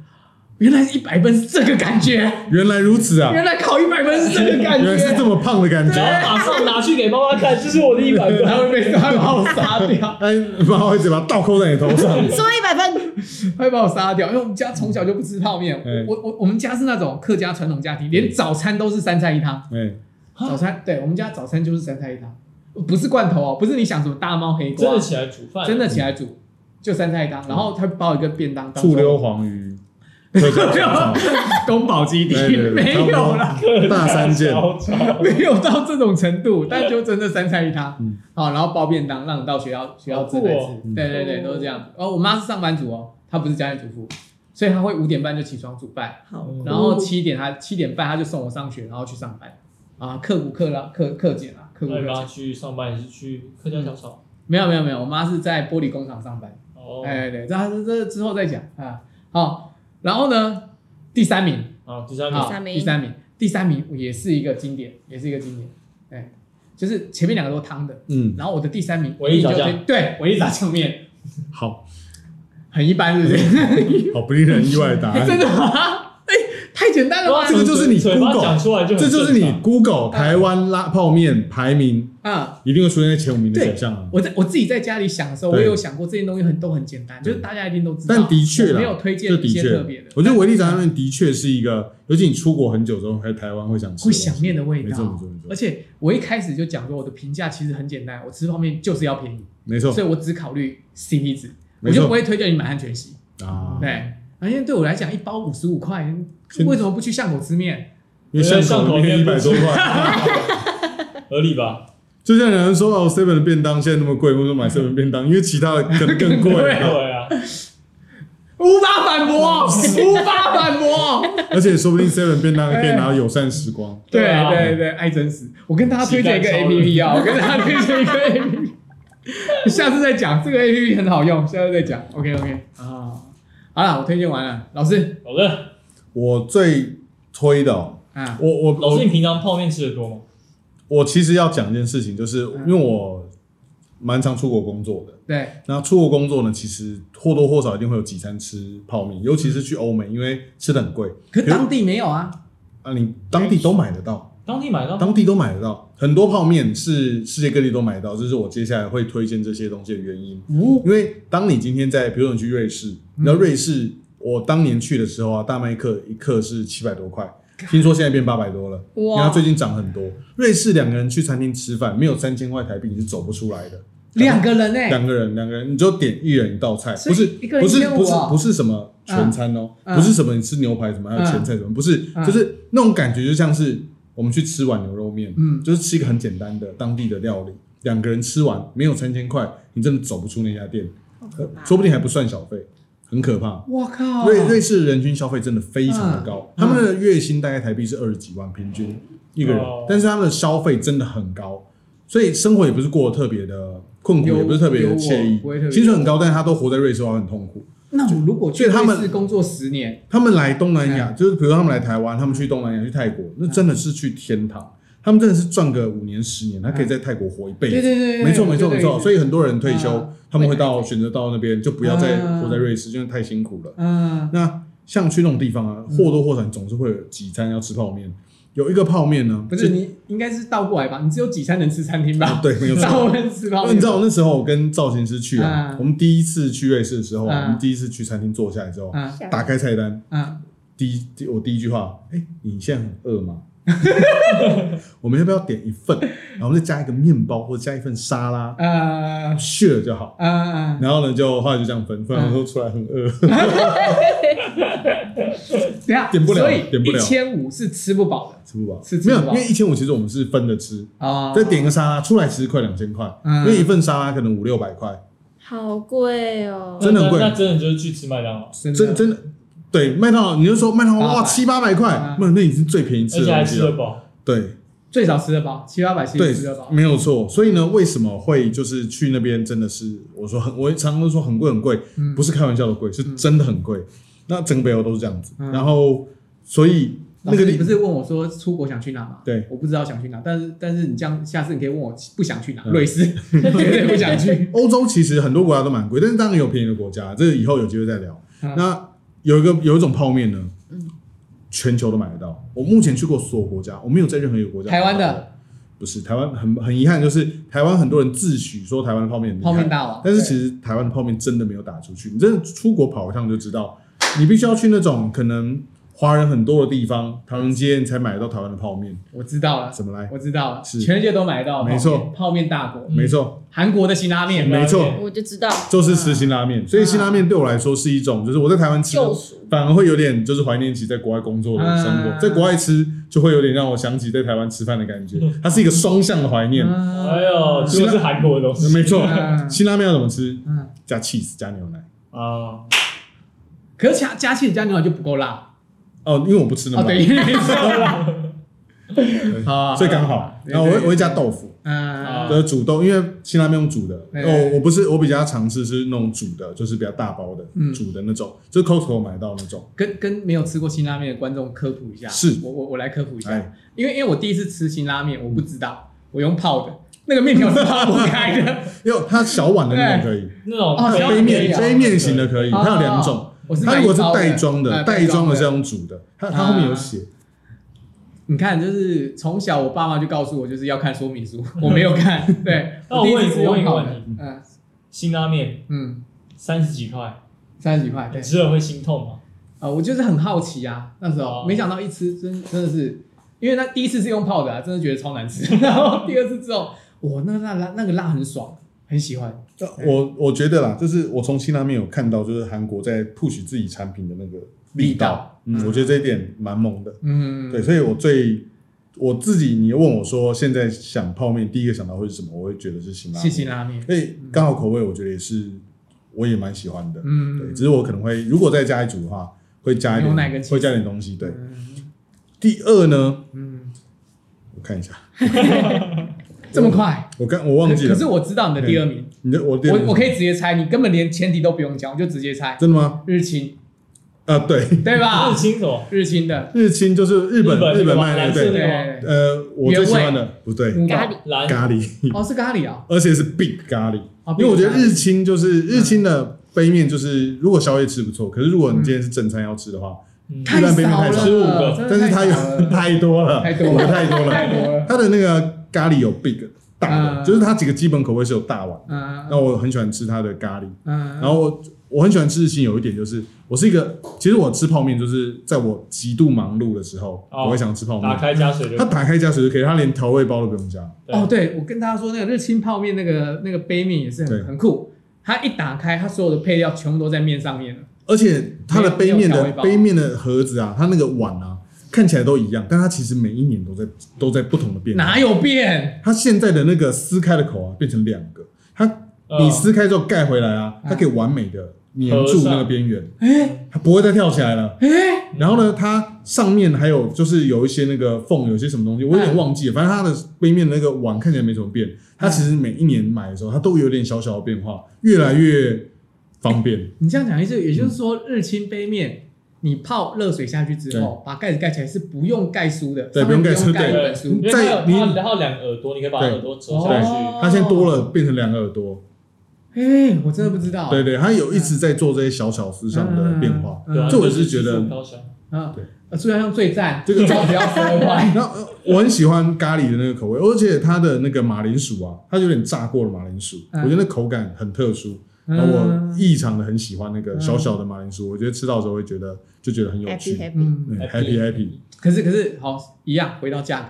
S2: 原来一百分是这个感觉，
S3: 原来如此啊，
S2: 原来考一百分是这个感
S3: 原来是
S2: 觉
S3: 这。么胖的感觉。
S5: 然后马上拿去给妈妈看，这是我 的一百分。
S2: 他会被他会把我杀 掉，
S3: 哎，妈妈会直接把它倒扣在你头上。
S1: 说一百分，
S2: 他会把我杀掉，因为我们家从小就不吃泡面，
S3: 嗯
S2: 我我我们家是那种客家传统家庭，连早餐都是三菜一汤，
S3: 哎，
S5: 啊
S2: 早餐，对我们家早餐就是三菜一汤，不是罐头哦，不是你想什么大猫黑
S5: 真
S2: 瓜
S5: 的，起来煮饭，
S2: 真的起来煮就三菜一汤，然后他包一个便当当
S3: 醋
S2: 中，
S3: 溜黄鱼，客家小炒
S2: 宫保鸡丁
S3: 对对对
S2: 没有啦，
S3: 大三件，
S5: 超超
S2: 没有到这种程度，但就真的三菜一汤
S3: 嗯，
S2: 好，然后包便当让你到学校学校吃
S5: 好酷
S2: 来
S5: 哦
S2: 吃，对对对，都是这样。哦，我妈是上班族哦，她不是家庭主妇，所以她会五点半就起床煮饭，
S1: 好
S5: 嗯，
S2: 然后七点她七点半她就送我上学，然后去上班，啊，刻苦克啦，克克俭啊，刻苦
S5: 那你
S2: 克
S5: 妈
S2: 俭。
S5: 去上班也是去客家小炒？
S2: 没有没有没有，我妈是在玻璃工厂上班。
S3: 嗯
S5: 哦，
S2: 哎，对，这这这之后再讲啊。好，然后呢，第三名，
S5: 好，第三
S2: 好
S5: 个
S1: 第三名
S2: 第三名，第三名也是一个经典，也是一个经典。哎，就是前面两个都汤的，
S3: 嗯，
S2: 然后我的第三名，
S5: 唯一炸酱
S2: 就推对，唯一炸酱面，
S3: 好，
S2: 很一般，是 不是？
S3: 好不令人意外的答 案
S2: 真。的吗？哎，太简单了吧？
S3: 这个就是你
S5: 嘴巴
S3: Google，
S5: 讲出来就很
S3: 这就是
S5: 正
S3: 你
S5: 常
S3: Google 台湾拉泡面排名
S2: 啊，
S3: 一定会出现在前五名的选项啊。
S2: 我在我自己在家里想的时候，我
S3: 对
S2: 也有想过这些东西很都很简单，
S3: 对
S2: 就是大家一定都知道。
S3: 但的确
S2: 我
S3: 啦，
S2: 没有推荐
S3: 这
S2: 一
S3: 的
S2: 些
S3: 确
S2: 特别的，
S3: 我觉得维力炸酱面的确是一个，尤其你出国很久之后回台湾会想吃，
S2: 会想念的味
S3: 没错没
S2: 道
S3: 错没。错
S2: 而且我一开始就讲过，我的评价其实很简单，我吃泡面就是要便宜，
S3: 没错
S2: 所以我只考虑 CP 值，我
S3: 没错
S2: 就不会推荐你买安全席。
S3: 啊，
S2: 对，啊因为对我来讲，一包五十五块，
S3: 现
S2: 为什么不去巷口吃面？
S3: 因为巷口的面一百多块，
S5: 合理吧？
S3: 就像有人说哦，seven 的便当现在那么贵，为什么买 seven 便当？因为其他的更更贵
S2: 对
S3: 啊，
S5: 对啊，
S2: 无法反 驳，无法反驳。
S3: 而且说不定 seven 便当可以拿到友善时 光。
S2: 对
S5: 对啊
S2: 对对，爱真实。我跟大家推荐一个
S5: 乞
S2: A
S5: 丐超人
S2: P P 啊，我跟大家推荐一个 A P P，下次再讲这个 A P P 很好用，下次再讲。OK OK 啊，好了，我推荐完了，老师
S5: 好的，
S3: 我最推的哦，
S2: 啊，
S3: 我我
S5: 老
S3: 我
S5: 师，你平常泡面吃的多吗？
S3: 我其实要讲一件事情，就是
S2: 嗯
S3: 因为我蛮常出国工作的。
S2: 对，
S3: 那出国工作呢，其实或多或少一定会有几餐吃泡面，尤其是去欧美，因为吃的很贵
S2: 嗯可当地没有啊，
S3: 啊，你当地都买得到，
S5: 当地买到
S3: 当地都买得到，很多泡面是世界各地都买得到，这是我接下来会推荐这些东西的原因。
S2: 无
S3: 因为当你今天在，比如说你去瑞士，
S2: 嗯
S3: 你知道瑞士，我当年去的时候啊，大麦克一克是七百多块，听说现在变八百多了，因为它最近涨很多。瑞士两个人去餐厅吃饭，没有三千块台币你是走不出来的。
S2: 两个人哎、
S3: 两个人，两个人，你就点一人一道菜，
S2: 所以
S3: 不是
S2: 一个人
S3: 不是
S2: 1500
S3: 不是
S2: 哦
S3: 不是什么全餐哦，
S2: 嗯
S3: 不是什么你吃牛排什么还有前菜什么，不是，
S2: 嗯
S3: 就是那种感觉，就像是我们去吃碗牛肉面，
S2: 嗯
S3: 就是吃一个很简单的当地的料理，两个人吃完没有三千块，你真的走不出那家店，
S1: 好可怕。
S3: 说不定还不算小费，很可怕。
S2: 我靠，
S3: 瑞瑞士人均消费真的非常的高，
S2: 哦嗯
S3: 他们的月薪大概台币是二十几万平均一个人，
S5: 哦
S3: 但是他们的消费真的很高，所以生活也不是过得特别的困苦，
S2: 有
S3: 也不是特别的惬
S2: 有我不会特别
S3: 意，薪水很高，但是他都活在瑞士，他很痛苦。
S2: 那我如果去
S3: 所以他们
S2: 瑞士工作十年，
S3: 他们来东南亚，
S2: 嗯
S3: 就是比如说他们来台湾，他们去东南亚、去泰国，那真的是去天堂。他们真的是赚个五年十年，他可以在泰国活一辈
S2: 嗯对
S3: 子。
S2: 对对对，对
S3: 没错没错没错，所
S2: 以
S3: 以很多人退休
S2: 嗯，
S3: 他们会到选择到那边，就不要再
S2: 嗯
S3: 活在瑞士，因为太辛苦了。
S2: 嗯
S3: 那像去那种地方啊，
S2: 嗯
S3: 或多或少你总是会有几餐要吃泡面。有一个泡面呢，
S2: 不是你应该是倒过来吧？你只有几餐能吃餐厅
S3: 啊，
S2: 吧？
S3: 对， 没有错。
S2: 照人吃吧
S3: 因为。你知道我那时候我跟造型师去啊
S2: 嗯，
S3: 我们第一次去瑞士的时候啊，
S2: 嗯
S3: 我们第一次去餐厅坐下来之后，
S2: 啊
S1: 吓
S3: 打开菜单，
S2: 啊，
S3: 第一第我第一句话，哎，你现在很饿 吗？ 我们要不要点一份，然后再加一个面包或者加一份沙拉，
S2: 呃
S3: 血就好。
S2: 呃呃，
S3: 然后呢，就后来就这样分，分完
S2: 嗯
S3: 后出来很饿，
S2: 等一下
S3: 点不了
S2: 所以
S3: 点不了
S2: 一千五是吃不饱的
S3: 吃不饱
S2: 吃，吃
S3: 没有
S2: 不，饱
S3: 因为一千五其实我们是分着吃，
S2: 啊。
S3: 再点个沙拉出来，其实快两千块，
S2: 嗯
S3: 因为一份沙拉可能五六百块，
S1: 好贵哦！
S3: 真的很贵
S5: 那那真的就是去吃麦当劳，
S2: 真
S3: 真
S2: 的
S3: 真的。对麦当劳，你就说麦当劳
S2: 八百
S3: 哇七八百块
S2: 嗯，
S3: 那那已经最便宜吃
S5: 而且
S3: 的
S5: 还
S3: 东西啊
S5: 吃得
S3: 了。
S5: 饱。
S3: 对
S2: 最少吃得饱，七八百其
S3: 对嗯
S2: 实吃得饱，。
S3: 没有错。所以呢，为什么会就是去那边真的是我说很，我常常都说很贵很贵，
S2: 嗯
S3: 不是开玩笑的贵，是真的很贵。那整个北欧都是这样子。
S2: 嗯
S3: 然后，所以
S2: 老
S3: 那个
S2: 师，你
S3: 地
S2: 不是问我说出国想去哪吗？
S3: 对，
S2: 我不知道想去哪，但是但是你这样，下次你可以问我不想去哪，
S3: 嗯
S2: 瑞士 绝对不想 去。
S3: 欧洲其实很多国家都蛮贵，但是当然有便宜的国家，这个以后有机会再聊。
S2: 嗯
S3: 那有一个有一种泡面呢，
S1: 嗯
S3: 全球都买得到。我目前去过所有国家，我没有在任何一个国家买
S2: 台
S3: 到。
S2: 湾的
S3: 不是台湾很很遗憾，就是台湾很多人自诩说台湾的泡面很厉害
S2: 泡面大王，
S3: 嗯但是其实台湾的泡面真的没有打出去。你真的出国跑一趟就知道，你必须要去那种可能华人很多的地方，唐人街你才买得到台湾的泡面。
S2: 对我知道了，
S3: 怎么来？
S2: 我知道了，
S3: 是
S2: 全世界都买得到，
S3: 没错，
S2: 泡面大国，
S3: 没错，
S2: 韩国的辛拉面，
S3: 哎没错
S5: 拉面
S1: 我就知道
S3: 就是吃辛拉
S2: 嗯
S3: 面。所以辛拉面对我来说是一种，就是我在台湾吃的
S1: 救赎，
S3: 反而会有点就是怀念起在国外工作的生活，
S2: 嗯
S3: 在国外吃就会有点让我想起在台湾吃饭的感觉
S5: 嗯，
S3: 它是一个双向的怀念。
S2: 嗯
S5: 哎呦，
S3: 是
S5: 吃的是韩国的东西
S3: 没错
S2: 嗯，
S3: 辛拉面要怎么吃？
S2: 嗯，
S3: 加 cheese 加牛奶。
S5: 啊！
S2: 可是加加气加牛奶就不够辣，
S3: 哦，因为我不吃那
S2: 哦，
S3: 么
S2: 对，
S3: 辣，
S2: 因为是 辣，
S3: 对
S2: 好啊，
S3: 所以刚好。
S2: 对
S3: 然后我
S2: 对
S3: 会我会加豆腐，
S2: 嗯，
S3: 就是煮豆，因为辛拉面用煮的。
S2: 对
S3: 哦，我不是，我比较尝试是那种煮的，就是比较大包的
S2: 嗯
S3: 煮的那种，就是 Costco 买到那种。
S2: 跟跟没有吃过辛拉面的观众科普一下，
S3: 是
S2: 我我我来科普一下，
S3: 哎，
S2: 因为因为我第一次吃辛拉面，我不知道，我用泡的，那个面条是他我开 的，
S3: 有它小碗的那种可以，
S5: 那种
S2: 哦
S5: 可以
S2: 杯
S3: 杯
S2: 面
S3: 面杯面型的可以，啊
S2: 哦
S3: 它有两种。
S2: 我是
S3: 它如果是袋装
S2: 买包
S3: 的，袋装的是。用煮的，
S2: 啊
S3: 它它后面有写，
S2: 你看，就是从小我爸妈就告诉我，就是要看说明书，我没有看。对，
S5: 那我问
S2: 第
S5: 你
S2: 一次
S5: 我问一
S2: 用
S5: 个
S2: 好
S5: 问
S2: 的，
S5: 题，
S2: 嗯
S5: 辛拉面
S2: 嗯，
S5: 三十几块，
S2: 三十几块，对
S5: 你，吃了会心痛吗？
S2: 呃，我就是很好奇啊，那时
S5: 哦
S2: 候没想到一吃真真的是，因为那第一次是用泡的啊，真的觉得超难吃， 然后第二次之后，哇，那那辣那个辣很爽，很喜欢。
S3: 我我觉得啦，就是我从辛拉面有看到，就是韩国在 push 自己产品的那个力
S2: 力道
S3: 嗯，
S2: 嗯
S3: 我觉得这一点蛮猛的。
S2: 嗯，
S3: 对，，所以我最我自己，你问我说现在想泡面，第一个想到会是什么？我会觉得是辛拉
S2: 嗯谢
S3: 面，
S2: 谢拉面。
S3: 所以刚好口味，我觉得也是，我也蛮喜欢的。对，
S2: 嗯
S3: 只，是我可能会如果再加一组的话，会加一点
S2: 牛奶跟 cheese
S3: 会加点东西。对，
S2: 嗯
S3: 第二呢，
S2: 嗯，
S3: 我看一下，
S2: 这么快？
S3: 我刚我忘记了嗯
S2: 可是，我知道你的第二名，
S3: 你的我
S2: 我我可
S3: 以
S2: 以直接猜，你根本连前提都不用讲，我就直接猜
S3: 真的吗？
S2: 日清，
S3: 啊，对，
S2: 对吧
S5: 日？清什么？
S2: 日清的，
S3: 日清就是日本
S5: 日本
S3: 本卖
S5: 蓝
S3: 的，
S5: 色
S3: 对，
S5: 的
S2: 对，
S3: 呃，我最喜欢的不对，
S2: 嗯
S1: 咖喱，
S5: 蓝
S3: 咖喱，
S2: 哦，是咖喱啊，
S3: 而且是 big 咖喱，
S2: 哦
S3: 因为我觉得日
S2: 咖喱
S3: 清就是日清的杯面，就是如果宵夜吃不错，可是如果你今天是正餐要吃的话，
S5: 嗯
S2: 太
S3: 一般杯面
S2: 少
S3: 太
S2: 了，
S3: 少
S5: 15个
S2: 真的
S3: 但是它
S2: 嗯太少
S3: 有
S2: 了
S3: 太多了，
S2: 太多了
S3: 我 太多
S2: 太
S3: 了，
S2: 多了，
S3: 它的那个咖喱有 big 大的，
S2: 嗯
S3: 就是它几个基本口味是有大碗，
S2: 嗯
S3: 那我很喜欢吃它的咖喱。
S2: 嗯，
S3: 然后我我很喜欢吃日清，有一点就是我是一个，其实我吃泡面就是在我极度忙碌的时候，
S5: 哦
S3: 我会想吃泡
S5: 打
S3: 面。
S5: 开加水就
S3: 它打开加水就可以，它连调味包都不用加。
S2: 哦，对，我跟大家说，那个日清泡面那个那个杯面也是
S3: 对
S2: 很很酷，它一打开，它所有的配料全部都在面上面了，
S3: 而且它的杯
S2: 没
S3: 面
S2: 有没有调
S3: 的
S2: 味包
S3: 杯面的盒子啊，它那个碗啊，看起来都一样，但它其实每一年都在都在不同的变化
S2: 哪。有变？
S3: 它现在的那个撕开的口啊，变成两个，它
S5: 呃
S3: 你撕开之后盖回来啊，
S2: 嗯
S3: 它可以完美的粘住那个边缘，
S2: 哎
S3: 它不会再跳起来了。
S2: 哎，
S3: 然后呢，它上面还有就是有一些那个缝，有些什么东西，我有点忘记了。反正它的杯面那个碗看起来没怎么变，它其实每一年买的时候，它都有点小小的变化，越来越方便。
S2: 你这样讲意思，也就是说日清杯面。你泡热水下去之后，把盖子盖起来是不用盖书的，
S3: 对
S2: 上面
S3: 不用盖书
S2: 用盖一
S3: 对
S2: 本书
S5: 因。为它
S3: 在
S5: 有
S3: 你
S5: 它有它有两个耳朵，你可以把
S3: 对
S5: 耳朵折下
S2: 哦
S5: 去。
S3: 它现在多了，变成两个耳朵。
S2: 哎，我真的不知道。
S3: 对对，它
S2: 嗯
S3: 有一直在做这些小巧思上的变化。
S5: 啊
S2: 嗯嗯嗯
S3: 这我是觉得
S5: 技术高强
S2: 啊
S3: 对，
S2: 呃苏家用最赞，
S3: 这个
S2: 最不要说坏。
S3: 然后呃我很喜欢咖喱的那个口味，而且它的那个马铃薯啊，它有点炸过的马铃薯，
S2: 嗯
S3: 我觉得那口感很特殊。然后我
S2: 嗯
S3: 异常的很喜欢那个小小的马铃薯，我觉得吃到的时候会觉得就觉得很有
S1: happy
S3: 趣。
S1: happy，
S2: 嗯，
S3: 对
S5: Happy
S3: ，happy happy。
S2: 可是可是好一样，回到价格，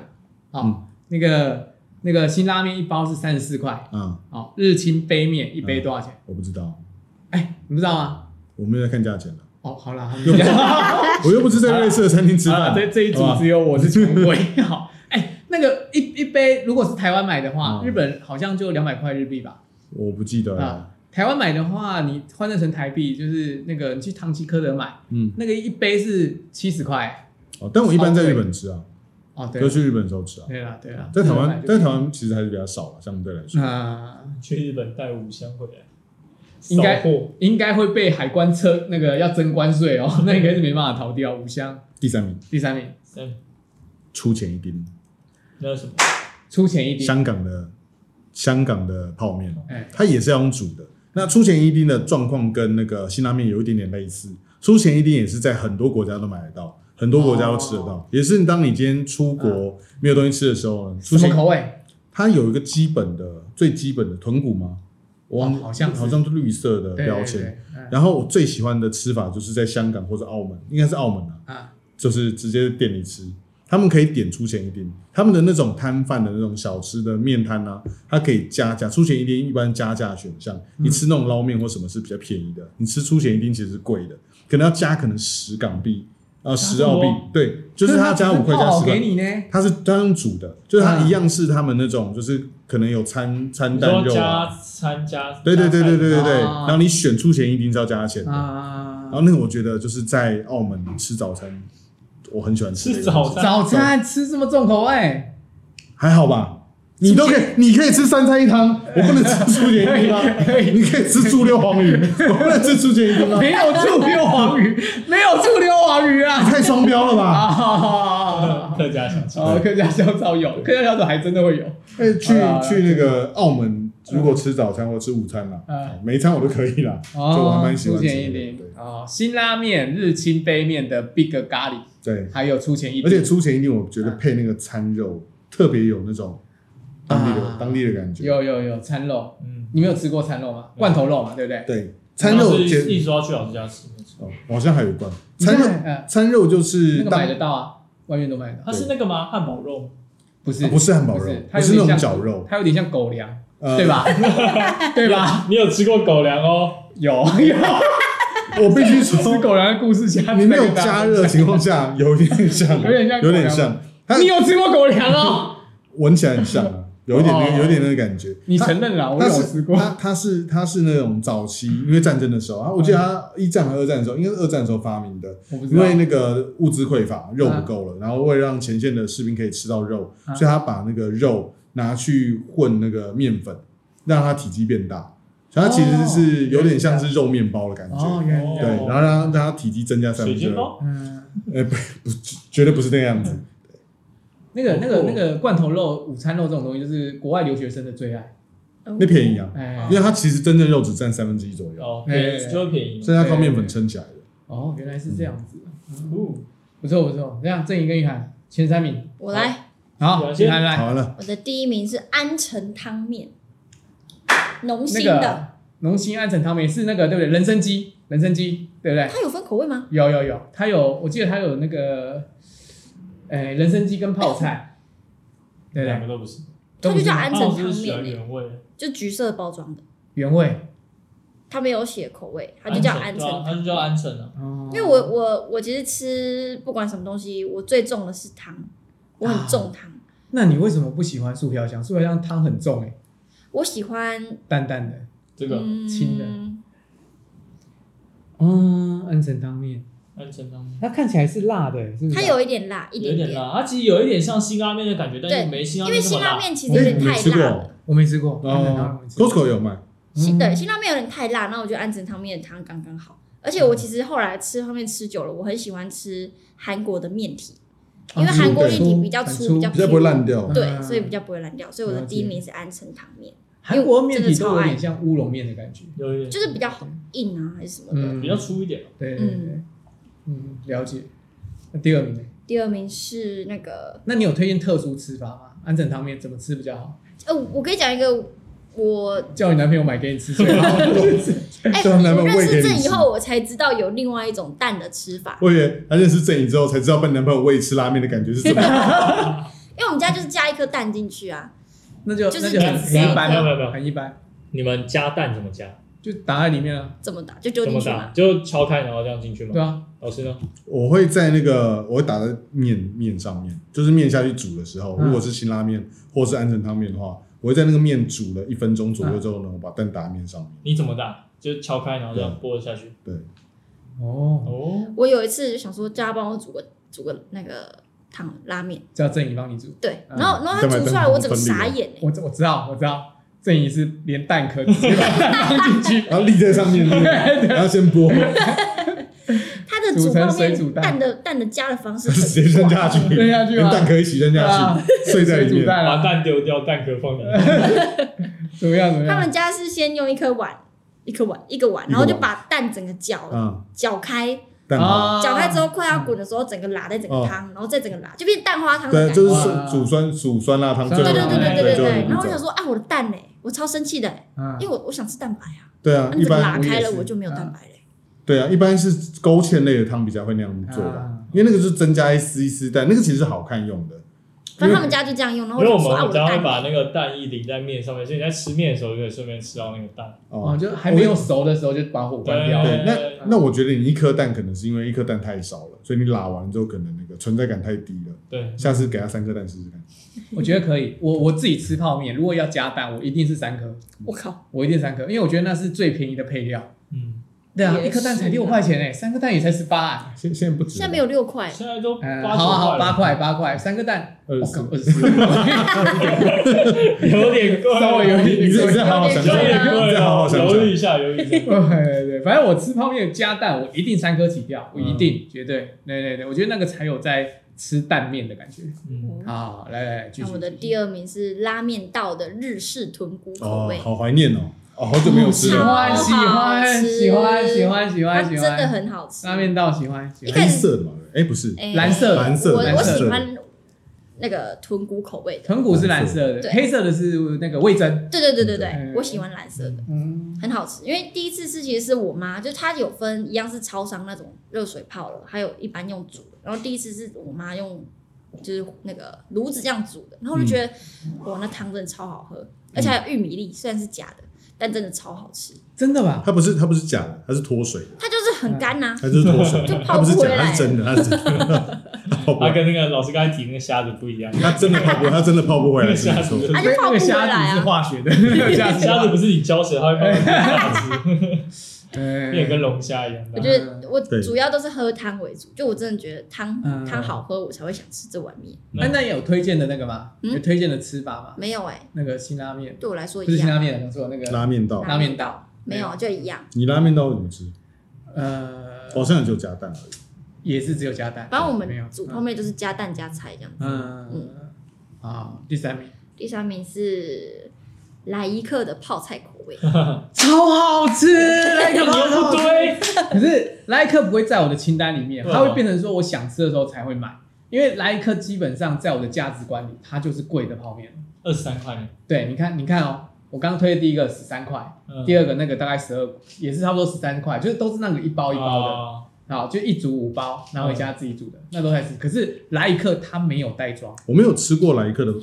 S2: 好、
S3: 嗯
S2: 那个那个辛拉面一包是三十四块，
S3: 啊，
S2: 好日清杯面一杯多少钱？
S3: 我不知道，
S2: 哎、你不知道吗？
S3: 我没有在看价钱了，
S2: 哦，好 啦，
S3: 又不是
S2: 啊
S3: 我又不是在瑞士的餐厅吃
S2: 好啦
S3: 饭。
S2: 啊这这一组
S3: 好吧
S2: 只有我是穷鬼。 好，哎、那个一一杯如果是台湾买的话，
S3: 嗯
S2: 日本好像就两百块日币吧？
S3: 我不记得了
S2: 啊。台湾买的话，你换算成台币就是那个你去唐吉诃德买，
S3: 嗯，
S2: 那个一杯是七十块。
S3: 哦，但我一般在日本吃啊，
S2: 哦，对
S3: 就
S2: 了，
S3: 去日本的时候吃啊。
S2: 对了，对啊了，
S3: 在台湾，在台
S2: 湾，
S3: 湾其实还是比较少了，相对来
S2: 嗯
S3: 说。
S2: 那、
S5: 去日本带五箱回来，
S2: 应该
S5: 扫货
S2: 应该会被海关车那个要征关税哦， 那应该是没办法逃掉。五香
S3: 第三名，
S2: 第三名，
S5: 嗯，
S3: 出钱一丁，
S5: 那有什么？
S2: 出钱一丁，
S3: 香港的香港的泡面哦
S2: 哎，
S3: 它也是要用煮的。那出前一丁的状况跟那个辛拉面有一点点类似，出前一丁也是在很多国家都买得到，很多国家都吃得
S2: 哦
S3: 到。也是当你今天出国没有东西吃的时候呢，出
S2: 嗯什
S3: 前
S2: 么口味？
S3: 它有一个基本的、最基本的豚骨吗？我忘
S2: 哦好像是
S3: 好像是绿色的
S2: 对
S3: 标
S2: 对
S3: 签。
S2: 对，嗯
S3: 然后我最喜欢的吃法就是在香港或者澳门，应该是澳门啊，
S2: 啊，
S3: 就是直接店里吃。他们可以点出前一丁，他们的那种摊贩的那种小吃的面摊啊，它可以加价。出前一丁一般加价选项，
S2: 嗯
S3: 你吃那种捞面或什么是比较便宜的，你吃出前一丁其实是贵的，可能要加可能十港币啊十
S5: 这么
S3: 澳币
S5: 多，
S3: 对，就是它加五块加
S2: 泡
S3: 十
S2: 好
S3: 块
S2: 给。你呢，
S3: 它是它用煮的，就是它
S2: 啊
S3: 一样是他们那种，就是可能有餐餐
S5: 你
S3: 蛋
S5: 说
S3: 肉
S5: 加
S3: 啊，
S5: 餐加？
S3: 对对对对对对对，
S2: 啊
S3: 然后你选出钱一定是要加钱的，然
S2: 啊
S3: 后，那个我觉得就是在澳门吃早餐，我很喜欢吃这个
S5: 吃
S3: 东西
S5: 早餐
S2: 早餐吃这么重口 味，
S3: 还好吧？你都可以，你可以吃三菜一汤，我不能吃出钱一丁吗？
S2: 可以
S3: 你可以吃猪溜黄鱼，我不能吃出钱一丁吗？
S2: 没有醋溜黄鱼，没有醋溜黄鱼啊，
S3: 太双标了吧？
S2: 啊，哦
S5: 客家小吃，
S2: 哦，客家小炒有，客家小炒还真的会有。
S3: 哎，去
S2: 好啦好啦
S3: 去那个澳门，如果吃早餐或吃午餐啦
S2: 嗯，
S3: 每一餐我都可以啦，就我还蛮喜欢
S2: 出
S3: 吃
S2: 钱一
S3: 的
S2: 点。哦，辛拉面、日清杯面的 Big 咖喱，
S3: 对，
S2: 还有出钱一
S3: 对，而
S2: 点，嗯
S3: 且出钱一定，我觉得配那个餐肉特别有那种当地
S2: 啊
S3: 的当地的感觉。
S2: 有有有餐肉，
S5: 嗯，
S2: 你们有吃过餐肉吗？罐头肉嘛，对不对？
S3: 对，餐肉
S5: 是
S3: 简，
S5: 一直说要去老师家吃，没错
S3: 哦，我好像还有一罐
S2: 你
S3: 餐
S2: 在
S3: 肉，
S2: 嗯，
S3: 餐肉就
S2: 那
S3: 是
S2: 个
S3: 当
S2: 买得到啊，外面都买得到。
S5: 它是那个吗？汉堡肉，
S2: 不是
S3: 啊不是汉堡肉，
S2: 它
S3: 不
S2: 有
S3: 是
S2: 点
S3: 那种
S2: 像
S3: 绞肉，
S2: 它有点像狗粮，
S3: 呃
S2: 对？ 吧？对吧？
S5: 你有吃过狗粮哦？
S2: 有有，
S3: 我必须
S2: 吃
S3: 说，
S2: 狗粮的故事下，
S3: 你没有加热的情 况下，有点像，
S2: 有点像
S3: 有点
S2: 狗粮
S3: 像，它
S2: 你有吃过狗粮哦？
S3: 闻起来很像啊，有一点那个，
S2: 哦
S3: 有一点那个感觉。
S2: 你
S3: 它
S2: 承认了，我
S3: 它
S2: 有
S3: 是
S2: 吃过。
S3: 它它是它是那种早期，因为战争的时候啊，我记得它一战还是二战的时候，应该是二战的时候发明的，
S2: 我不知
S3: 因
S2: 道嗯
S3: 为那个物资匮乏，肉不够了，然后为了让前线的士兵可以吃到肉，
S2: 啊
S3: 所以他把那个肉拿去混那个面粉，让它体积变大，所以它其实是有点像是肉面包的感觉。
S2: 哦，原来
S3: 对，然后让它让它体积增加三
S5: 水
S3: 分之
S5: 煎
S3: 二，
S5: 包，
S2: 嗯，
S3: 绝对不是那个样子。
S2: 那个那个
S5: 哦
S2: 那个罐头肉、午餐肉这种东西，就是国外留学生的最爱。
S3: 那
S1: 哦
S3: 便宜啊，
S2: 哎
S3: 因，为它其实真正肉只占三分之一左右，
S5: 哦，
S2: 哎
S5: 便宜就会便宜嘛。
S3: 所以它靠面粉撑起来的。
S2: 哦，原来是这样子。
S5: 哦
S2: 不错不错，这样郑怡跟玉涵前三名，
S1: 我来，
S2: 好，
S3: 啊
S5: 表现
S2: 玉涵来
S3: 好完了，
S1: 我的第一名是安城汤面，浓
S2: 那
S1: 心的，
S2: 个农心安城汤面是那个对不对？人参鸡，人参鸡对不对？
S1: 它有分口味吗？
S2: 有有有，它有，我记得它有那个，呃，人参鸡跟泡菜，对不
S5: 两
S2: 对？
S5: 个都不是。
S1: 它
S2: 都不
S1: 就是叫安
S5: 汉
S1: 城
S5: 堡
S1: 汤
S5: 是喜欢
S1: 面欸，
S5: 原味，
S1: 就橘色包装的，
S2: 原味。
S1: 它没有写口味，它就叫安城
S5: 对啊
S1: 汤
S5: 它就叫安城啊。
S2: 哦
S1: 因为我我我其实吃不管什么东西，我最重的是汤，我很重汤。
S2: 那你为什么不喜欢素飘香？素飘香汤很重哎、
S1: 我喜欢
S2: 淡淡的。
S5: 这个
S1: 嗯
S2: 清的嗯，安城汤面，
S5: 安城汤面
S2: 它看起来是辣的、是不是？啊
S1: 它有一点辣，一点
S5: 有一点，辣，它其实有一点像辛拉面的感觉，但
S1: 对
S5: 又没辛
S1: 因
S5: 拉
S1: 为
S5: 面
S1: 辛
S5: 那么
S1: 拉
S5: 辣。
S1: 面其
S3: 你
S1: 实有点
S3: 你
S1: 太
S3: 吃
S1: 辣
S3: 过
S1: 了。
S3: 哦
S2: 我没吃嗯过。安城汤
S3: 哦
S2: 面我没吃过
S3: ？Costco 有卖，
S1: 辛对
S2: 嗯
S1: 辛拉面有点太辣，然后我觉得安城汤面的汤刚刚好。而且我其实后来吃方面吃久了，我很喜欢吃韩国的面体，
S2: 啊
S1: 因为韩国面体比较
S2: 很
S1: 粗，比较
S3: 比较不会烂掉。
S2: 嗯
S1: 对，所以比较不会烂掉。所以我的第一名是安城汤面，
S2: 韩国面
S1: 因为我真
S2: 体
S1: 的
S2: 都
S1: 超
S2: 有
S1: 爱
S2: 点像乌龙面的感觉。
S5: 有一点
S1: 就是比较好硬啊还是什么的。
S2: 嗯，
S5: 比较粗一点，
S2: 对对对，嗯，了解。那第二名呢？
S1: 第二名是那个
S2: 那你有推荐特殊吃法吗？安城汤面怎么吃比较好？
S1: 呃，我可以讲一个我
S2: 叫你男朋友买给你吃最好。
S1: 哎、
S3: 叫他们
S1: 我
S3: 喂
S1: 认识
S3: 给你
S1: 这以
S3: 吃
S1: 后，我才知道有另外一种蛋的吃法。
S3: 我以为 她认识郑颖之后才知道被男朋友喂吃拉面的感觉是怎么样。
S1: 因为我们家就是加一颗蛋进去啊，
S2: 那就
S1: 就是
S2: 那就很
S1: 只
S2: 很
S1: 吃一
S2: 一
S1: 个
S2: 般
S5: 没有没有没
S2: 啊，
S5: 有
S2: 很一般，
S5: 你们加蛋怎么加？
S2: 就打在里面了，
S1: 怎么打就丢
S5: 怎
S1: 进
S5: 么
S1: 去
S5: 打？
S1: 嘛。
S5: 就敲开然后这样进去
S2: 对
S5: 吗？
S2: 啊，
S5: 老师呢？
S3: 我会在那个我会打在面面上面，就是面下去煮的时候，
S2: 嗯
S3: 如果是辛拉面或是安城汤面的话，我会在那个面煮了一分钟左右之后呢，我把蛋打在面上 面。
S5: 你怎么打？就敲开然后这样拨下去。
S3: 对，
S2: 哦，
S5: 哦，
S1: 我有一次就想说叫他帮我煮个煮个那个汤拉面，
S2: 叫郑怡帮你煮。
S1: 对，
S2: 嗯
S1: 然后然后他
S3: 干嘛
S1: 煮出来，
S3: 这么
S1: 我整个
S3: 分裂啊
S1: 傻眼哎、
S2: 我知我知道我知道，郑怡是连蛋壳直接把它放进去，
S3: 然后立在上 面，然后先剥，
S1: 他的
S2: 煮
S1: 煮
S2: 成
S1: 泡
S2: 水
S1: 面
S2: 煮蛋
S1: 蛋的蛋的加的方 式
S3: 直接扔
S1: 很怪，
S3: 下 去，
S2: 扔下去
S3: 连
S2: 吗？
S3: 蛋壳一起扔下
S1: 啊
S3: 去，碎在
S2: 水
S3: 里
S2: 煮
S3: 面。
S2: 蛋
S5: 把
S2: 啊，
S5: 蛋丢掉，蛋壳放里面。
S2: 怎么样怎么
S1: 他
S2: 样？
S1: 们家是先用一颗碗。一颗碗，一个碗，然后就把蛋整个搅
S3: 啊，
S1: 搅开，
S3: 蛋黄，
S2: 啊
S5: 啊
S1: 搅开之后快要滚的时候，整个拉在整个汤，然后再整个拉，就变蛋花汤的
S3: 哦对，
S1: 感觉。
S3: 就是
S2: 哇
S3: 煮酸煮酸辣汤最
S1: 对
S3: 后
S1: 对对
S3: 一步，
S1: 对对对
S3: 最后一
S1: 对。
S3: 步
S1: 然后我
S3: 骤
S1: 想说啊，我的蛋嘞，我超生气的欸，
S2: 啊
S1: 因为我我想吃蛋白啊，
S3: 对啊
S1: 那，你
S3: 一
S1: 怎么
S3: 般
S1: 拉开
S2: 我也
S1: 了
S2: 是
S1: 我就没有蛋白嘞？
S3: 对啊，一般是勾芡类的汤比较会那样做吧，
S2: 啊
S3: 因为那个是增加一丝一丝蛋，那个其实是好看用的。
S1: 反正他们家就这样用，然
S5: 因
S1: 后我
S5: 为我
S1: 就说啊，
S5: 们
S1: 我的
S5: 家会
S1: 蛋
S5: 把
S1: 嘞。
S5: 那个蛋液淋在面上面，所以你在吃面的时候就可以顺便吃到那个蛋。
S2: 哦，
S3: 哦，
S2: 就还没有熟的时候就把火关掉。
S3: 对，
S5: 对
S3: 那那我觉得你一颗蛋可能是因为一颗蛋太少了，所以你拉完之后可能那个存在感太低了。
S5: 对，
S3: 下次给它三颗蛋试试看。
S2: 我觉得可以。我我自己吃泡面，如果要加蛋，我一定是三颗，
S1: 我靠，
S2: 我一定三颗，因为我觉得那是最便宜的配料。
S5: 嗯，
S2: 对啊，
S1: 也
S2: 一颗蛋才
S1: 是
S2: 六块钱哎，三颗蛋也才十八哎。
S3: 现现在不止了，
S1: 现在没有六块，欸
S5: 现在都八
S2: 嗯，
S5: 九
S2: 好好好，八
S5: 了，
S2: 块八块，三个蛋，
S3: 二十
S2: 我靠
S3: 四。
S2: 二十四，
S5: 有点贵，啊
S2: 稍微有一
S3: 你
S2: 点
S3: 这
S2: 贵。
S3: 再好好想
S5: 有
S3: 想，
S5: 点
S3: 你
S5: 贵
S3: 再好好
S5: 哦，
S3: 想
S5: 犹
S3: 想。
S5: 豫一下，犹豫一下。
S2: 对对对，反正我吃泡面加蛋，我一定三颗起掉，我一定、绝对，对对对，我觉得那个才有在吃蛋面的感觉。
S5: 嗯，
S1: 哦
S2: 好，来来来，继
S1: 那
S2: 续。
S1: 我的
S2: 继续
S1: 第二名是拉面道的日式豚骨口
S3: 哦
S1: 味，，
S3: 好怀念哦，哦，好久没有吃
S2: 喜
S1: 超
S3: 了，
S2: 欢
S1: 好啊
S2: 喜欢
S1: 吃
S2: 喜欢喜欢喜
S1: 它
S2: 欢喜
S1: 真
S2: 欢，
S1: 的很好吃。
S2: 拉面道喜欢喜
S1: 一
S2: 欢。
S1: 开
S3: 黑
S1: 始
S3: 色的嘛，哎，不是，
S1: 哎
S2: 蓝色
S3: 蓝色
S1: 我
S3: 蓝
S1: 我
S3: 色
S1: 喜欢那个豚骨口味的。
S2: 豚骨是蓝色的，
S1: 对
S2: 黑色的是那个味增。
S1: 对对对对对
S2: 嗯，
S1: 我喜欢蓝色的，
S2: 嗯，
S1: 很好吃。因为第一次吃其实是我妈，就她有分一样是超商那种热水泡的，还有一般用煮的。然后第一次是我妈用就是那个炉子这样煮的，然后我就觉得、
S2: 嗯
S1: 哇，那汤真的超好喝，而且还有玉米粒，虽然是假的，但真的超好吃。
S2: 真的吧？
S3: 它不是它不是假的，它是脱水的，
S1: 它就是很干呐、
S2: 嗯
S3: 它就是脱水
S1: 就
S3: 的，它
S1: 跑
S3: 不
S1: 不
S3: 是假
S1: 回
S3: 的，它
S1: 来
S3: 是真的，它是真的，它跑不回
S5: 它
S3: 来
S5: 跟那个老师刚才提那个虾子不一样，
S3: 它真的泡不，它真的泡不回
S5: 那
S3: 来，
S5: 个
S3: 是没
S5: 虾
S3: 错
S5: 子。
S1: 它就泡
S2: 那
S1: 不
S2: 个
S1: 回来
S2: 虾子是
S1: 啊。
S2: 化学的，那个虾子
S5: 虾子不是你浇水，它会慢慢变大只，变得跟
S2: 对，
S5: 龙虾一样
S1: 我
S5: 大。
S1: 觉得我
S3: 对
S1: 主要都是喝汤为主，就我真的觉得汤
S2: 嗯
S1: 汤好喝，我才会想吃这碗面。
S2: 那
S5: 嗯
S2: 那有推荐的那个吗？
S1: 嗯
S2: 有推荐的吃法吗？
S1: 没有哎、
S2: 那个辛拉面
S1: 对我来说
S2: 不是
S1: 一
S2: 辛
S1: 样，
S2: 拉面，我说那个
S3: 拉面道，
S2: 拉面道
S1: 没有就一样。
S3: 你拉面道怎么吃？
S2: 呃，
S3: 好像也就加蛋而已。
S2: 也是只有加蛋。
S1: 反正我
S2: 没有
S1: 们煮泡面就是加蛋加菜这样子。
S2: 嗯，啊，第三名，
S1: 第三名是来一克的泡菜口味，
S2: 超好 吃，来
S5: 你又
S2: 克
S5: 不
S2: 好吃。
S5: 对，
S2: 可是莱克不会在我的清单里面，
S5: 对啊
S2: 它会变成说我想吃的时候才会买，因为莱克基本上在我的价值观里，它就是贵的泡面。
S5: 二十三块呢。
S2: 对，你看，你看哦，我刚推的第一个十三块，
S5: 嗯
S2: 第二个那个大概十二，也是差不多十三块，就是都是那个一包一包的，
S5: 哦
S2: 好，就一组五包，然后回家自己煮的，那都还是。可是莱克它没有袋装，
S3: 我没有吃过莱克的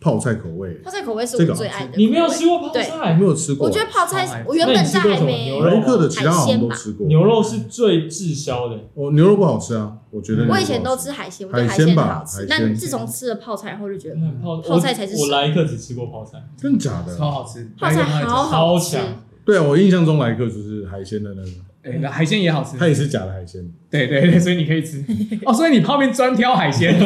S3: 泡菜口味，
S1: 泡菜口味是
S3: 这个
S1: 我
S3: 好
S1: 最
S3: 吃
S1: 爱的。
S5: 你没有吃？过泡
S3: 我
S5: 菜
S3: 没？有吃过。
S1: 我觉得泡
S2: 超爱
S1: 菜，
S2: 吃
S1: 我原
S5: 那
S1: 本
S5: 你吃
S1: 在
S5: 过什
S1: 还
S5: 么
S1: 没
S5: 牛肉
S3: 莱克的其他好像都吃过。
S5: 牛肉是最滞销的，
S3: 我牛肉不好吃啊，我觉得
S2: 嗯
S3: 牛肉不好
S1: 我
S3: 吃
S1: 以前都吃海鲜，我
S3: 海
S1: 对
S3: 鲜
S1: 鲜
S3: 吧
S1: 好吃
S3: 海鲜，
S1: 但自从吃了泡菜后就觉得
S5: 嗯泡
S1: 泡菜才是
S5: 我我
S1: 神
S5: 来一克只吃过泡菜，
S3: 真的假的
S2: 超？好吃，
S1: 泡菜
S2: 莱克它也
S1: 好好吃
S5: 超。强
S3: 对啊，我印象中莱克就是海鲜的那个，
S2: 对，海鲜也好吃，
S3: 它也是假的海鲜。
S2: 对对对，所以你可以 吃哦，所以你泡面专挑海鲜，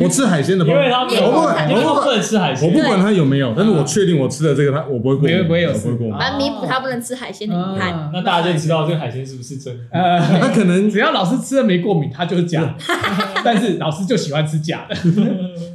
S3: 我吃海鲜的
S5: 因
S3: 泡
S5: 为
S3: 菜，
S5: 他没有，
S1: 我不
S3: 管
S5: 因为
S3: 我
S5: 他
S3: 不
S5: 不能吃海
S3: 我
S5: 鲜
S3: 不。管它有没有，但是我确定我吃的这个它我不会过
S2: 没
S3: 敏，
S2: 有不会有
S3: 我不会过
S2: 事
S3: 敏。
S1: 反正弥补他不能吃海鲜的遗憾。
S2: 啊
S5: 那大家就知道这个海鲜是不是真的。
S2: 呃，
S3: 它可能
S2: 只要老师吃了没过敏，他就是假的，但是老师就喜欢吃假的。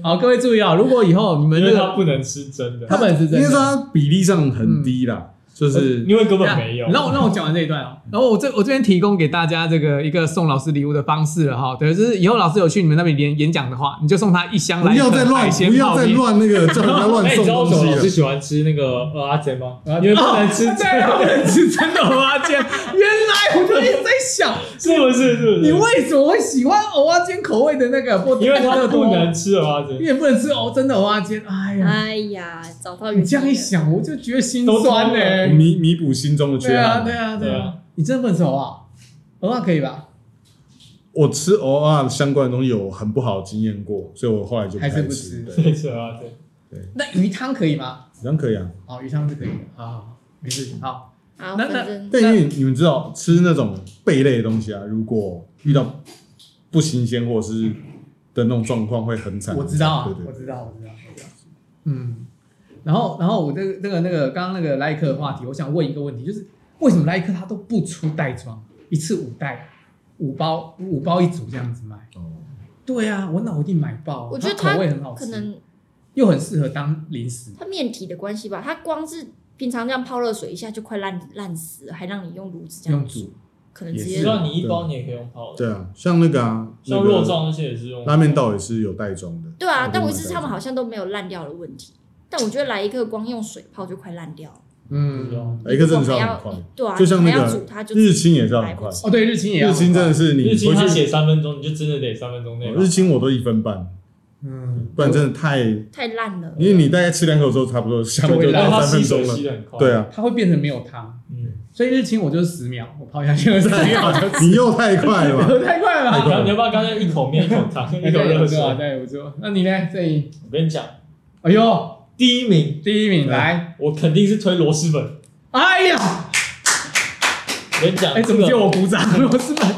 S2: 好，各位注意啊、如果以后你们
S5: 因
S2: 这
S5: 为
S2: 个
S5: 它不能吃真的，
S2: 他们是
S3: 应
S2: 真
S3: 该说
S2: 的，嗯
S3: 它比例上很低啦，就是
S5: 因为根本没有。
S2: 让我让我讲完这一段哦、然后我这我这边提供给大家这个一个送老师礼物的方式了哈，对，就是以后老师有去你们那边演演讲的话，你就送他一箱
S3: 不
S2: 来
S3: 要再
S2: 的海
S3: 乱
S2: 鲜
S3: 不要
S2: 泡
S3: 再
S2: 面。
S3: 乱那个叫人家乱
S5: 哎你
S3: 送
S5: 知道为
S3: 东
S5: 什么
S3: 西
S5: 老
S3: 了
S5: 师。喜欢吃那个蚵仔煎吗？因为不能吃
S2: 哦
S5: 真
S2: 对，不
S5: 的，
S2: 能吃真的蚵仔煎。原来我就一直在 想，
S5: 是不是？是不
S2: 你
S5: 是？
S2: 为什么会喜欢蚵仔煎口味的那个波特
S5: 因为他
S2: 多
S5: 不能吃蚵仔
S2: 你也不能吃哦，真的蚵仔煎。哎呀，
S1: 哎呀，找到
S2: 你
S1: 原
S2: 这样一
S1: 因了。
S2: 想，我就觉得心酸呢、
S5: 都
S3: 弥弥补心中的
S2: 对
S3: 缺
S2: 啊，
S3: 憾。
S2: 对啊，对
S5: 对
S2: 啊
S5: 啊。
S2: 你真的不能吃蚵啊？蚵啊可以吧？
S3: 我吃偶尔相关的东西有很不好的经验过，所以我后来就
S2: 还是
S3: 太
S2: 不
S3: 吃。
S2: 吃
S3: 对
S5: 煎，对，吃蚵仔煎。
S2: 那鱼汤可以吗？
S3: 这样可以啊。
S2: 哦，鱼汤是可以的。好好，好没事情。好，
S1: 好，
S2: 那
S1: 反
S2: 那
S1: 正
S3: 但因为你们知道吃那种贝类的东西啊，如果遇到不新鲜或者是的那种状况，会很惨。
S2: 我知道啊
S3: 对，
S2: 我
S3: 对
S2: 知道，我知道，我知道。嗯，然后，然后我这个、这个、那个，刚刚那个莱克的话题，我想问一个问题，就是为什么莱克他都不出袋装，一次五袋，五包五包一组这样子卖？
S3: 哦，
S2: 对啊，我脑一定买爆啊。
S1: 我觉得
S2: 它
S1: 它
S2: 口味很好吃，
S1: 可能
S2: 又很适合当零食。
S1: 它面体的关系吧，它光是平常这样泡热水一下就快烂烂死了，还让你用炉子这样
S2: 用煮，
S1: 可能直
S5: 你
S1: 接
S5: 知道你一包你也可以用泡的，
S3: 对啊，像那个啊，
S5: 像
S3: 那
S5: 肉
S3: 个
S5: 状那些也是用
S3: 拉面道也是有袋装的。
S1: 对啊
S3: 我，
S1: 但
S3: 都
S1: 我
S3: 买
S1: 一直
S3: 袋
S1: 他们
S3: 装
S1: 好像都没有烂掉的问题。但我觉得来一个光用水泡就快烂掉了，
S2: 嗯
S5: 对啊
S3: 哎一个真的是
S1: 如果
S3: 要
S1: 还
S3: 很快，
S1: 对啊，
S3: 就像那个
S1: 还要煮它就
S3: 日清也是要很快
S2: 哦，对，日清也要
S3: 日清真的是你
S5: 日清他
S3: 回去哦
S5: 写三分钟，你就真的得三分钟内吧。
S3: 日清我都一分半，
S2: 嗯，
S3: 不然真的太，
S1: 太烂了。
S3: 因为你大概吃两口之后，差不多下面
S2: 就
S3: 就
S2: 会
S5: 然
S3: 到
S5: 后它
S3: 三
S5: 吸
S3: 分
S5: 水
S3: 钟了
S5: 吸。的很快。
S3: 对，啊，
S2: 它会变成没有汤，
S5: 嗯，
S2: 所以日清我就是十秒，我泡下去了十 秒，
S3: 你又太快了吧？
S2: 太快了
S5: 然
S2: 吧。
S5: 后你要不要刚才一口面一口汤一口
S2: 对，
S5: 热
S2: 不
S5: 水？
S2: 错，
S5: 我
S2: 对，不错。那你呢？这里，
S5: 跟你讲，
S2: 哎呦，
S5: 第一名
S2: 第一名
S3: 对
S2: 来，
S5: 我肯定是推螺蛳粉。
S2: 哎呀，
S5: 我跟你讲，
S2: 哎，怎么
S5: 这
S2: 就
S5: 个
S2: 我鼓掌？螺蛳 粉。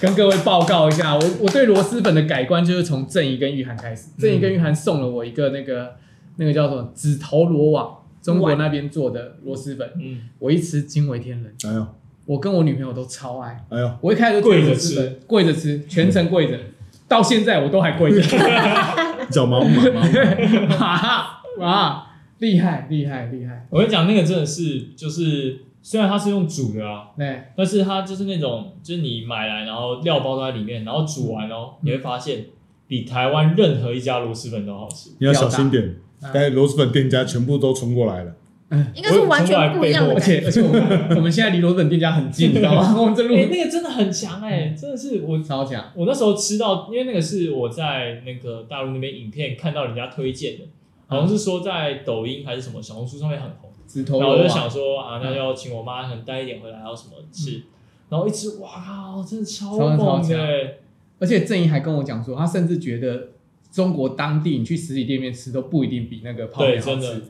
S2: 跟各位报告一下，我我对螺蛳粉的改观就是从正义跟玉涵开始。
S5: 嗯
S2: 正义跟玉涵送了我一个那个那个叫什么紫头罗网，中国那边做的螺蛳粉，
S5: 嗯，
S2: 我一吃惊为天人。
S3: 哎呦，
S2: 我跟我女朋友都超爱。
S3: 哎呦，
S2: 我一开始就
S5: 跪着
S2: 吃的，跪着吃，全程跪着，到现在我都还跪着。
S3: 脚毛麻毛，
S2: 哇哇，厉害厉害厉害！
S5: 我跟你讲，那个真的是，就是虽然它是用煮的啊，
S2: 对，
S5: 但是它就是那种，就是你买来，然后料包都在里面，然后煮完哦，你会发现比台湾任何一家螺蛳粉都好吃。
S3: 你要小心点。
S2: 嗯
S3: 刚才螺蛳粉店家全部都冲过来了，
S1: 应该是完全不一样的
S2: 而
S1: 感觉。
S2: 且而且我们我们现在离罗本店家很近，你知道吗？ 我们这
S5: 哎、
S2: 路
S5: 那个真的很强哎、真的是我
S2: 超强，
S5: 我那时候吃到，因为那个是我在那个大陆那边影片看到人家推荐
S2: 嗯
S5: 的，好像是说在抖音还是什么小红书上面很红，
S2: 直头
S5: 然后
S2: 罗
S5: 我就
S2: 网。
S5: 想说啊，
S2: 嗯
S5: 那要请我妈可能带一点回来，然后什么吃，然后一吃，哇靠，真的超
S2: 超
S5: 猛欸
S2: 超
S5: 的、
S2: 强而且郑怡还跟我讲说，他甚至觉得中国当地你去实体店面吃都不一定比那个泡面好
S5: 对真
S2: 吃，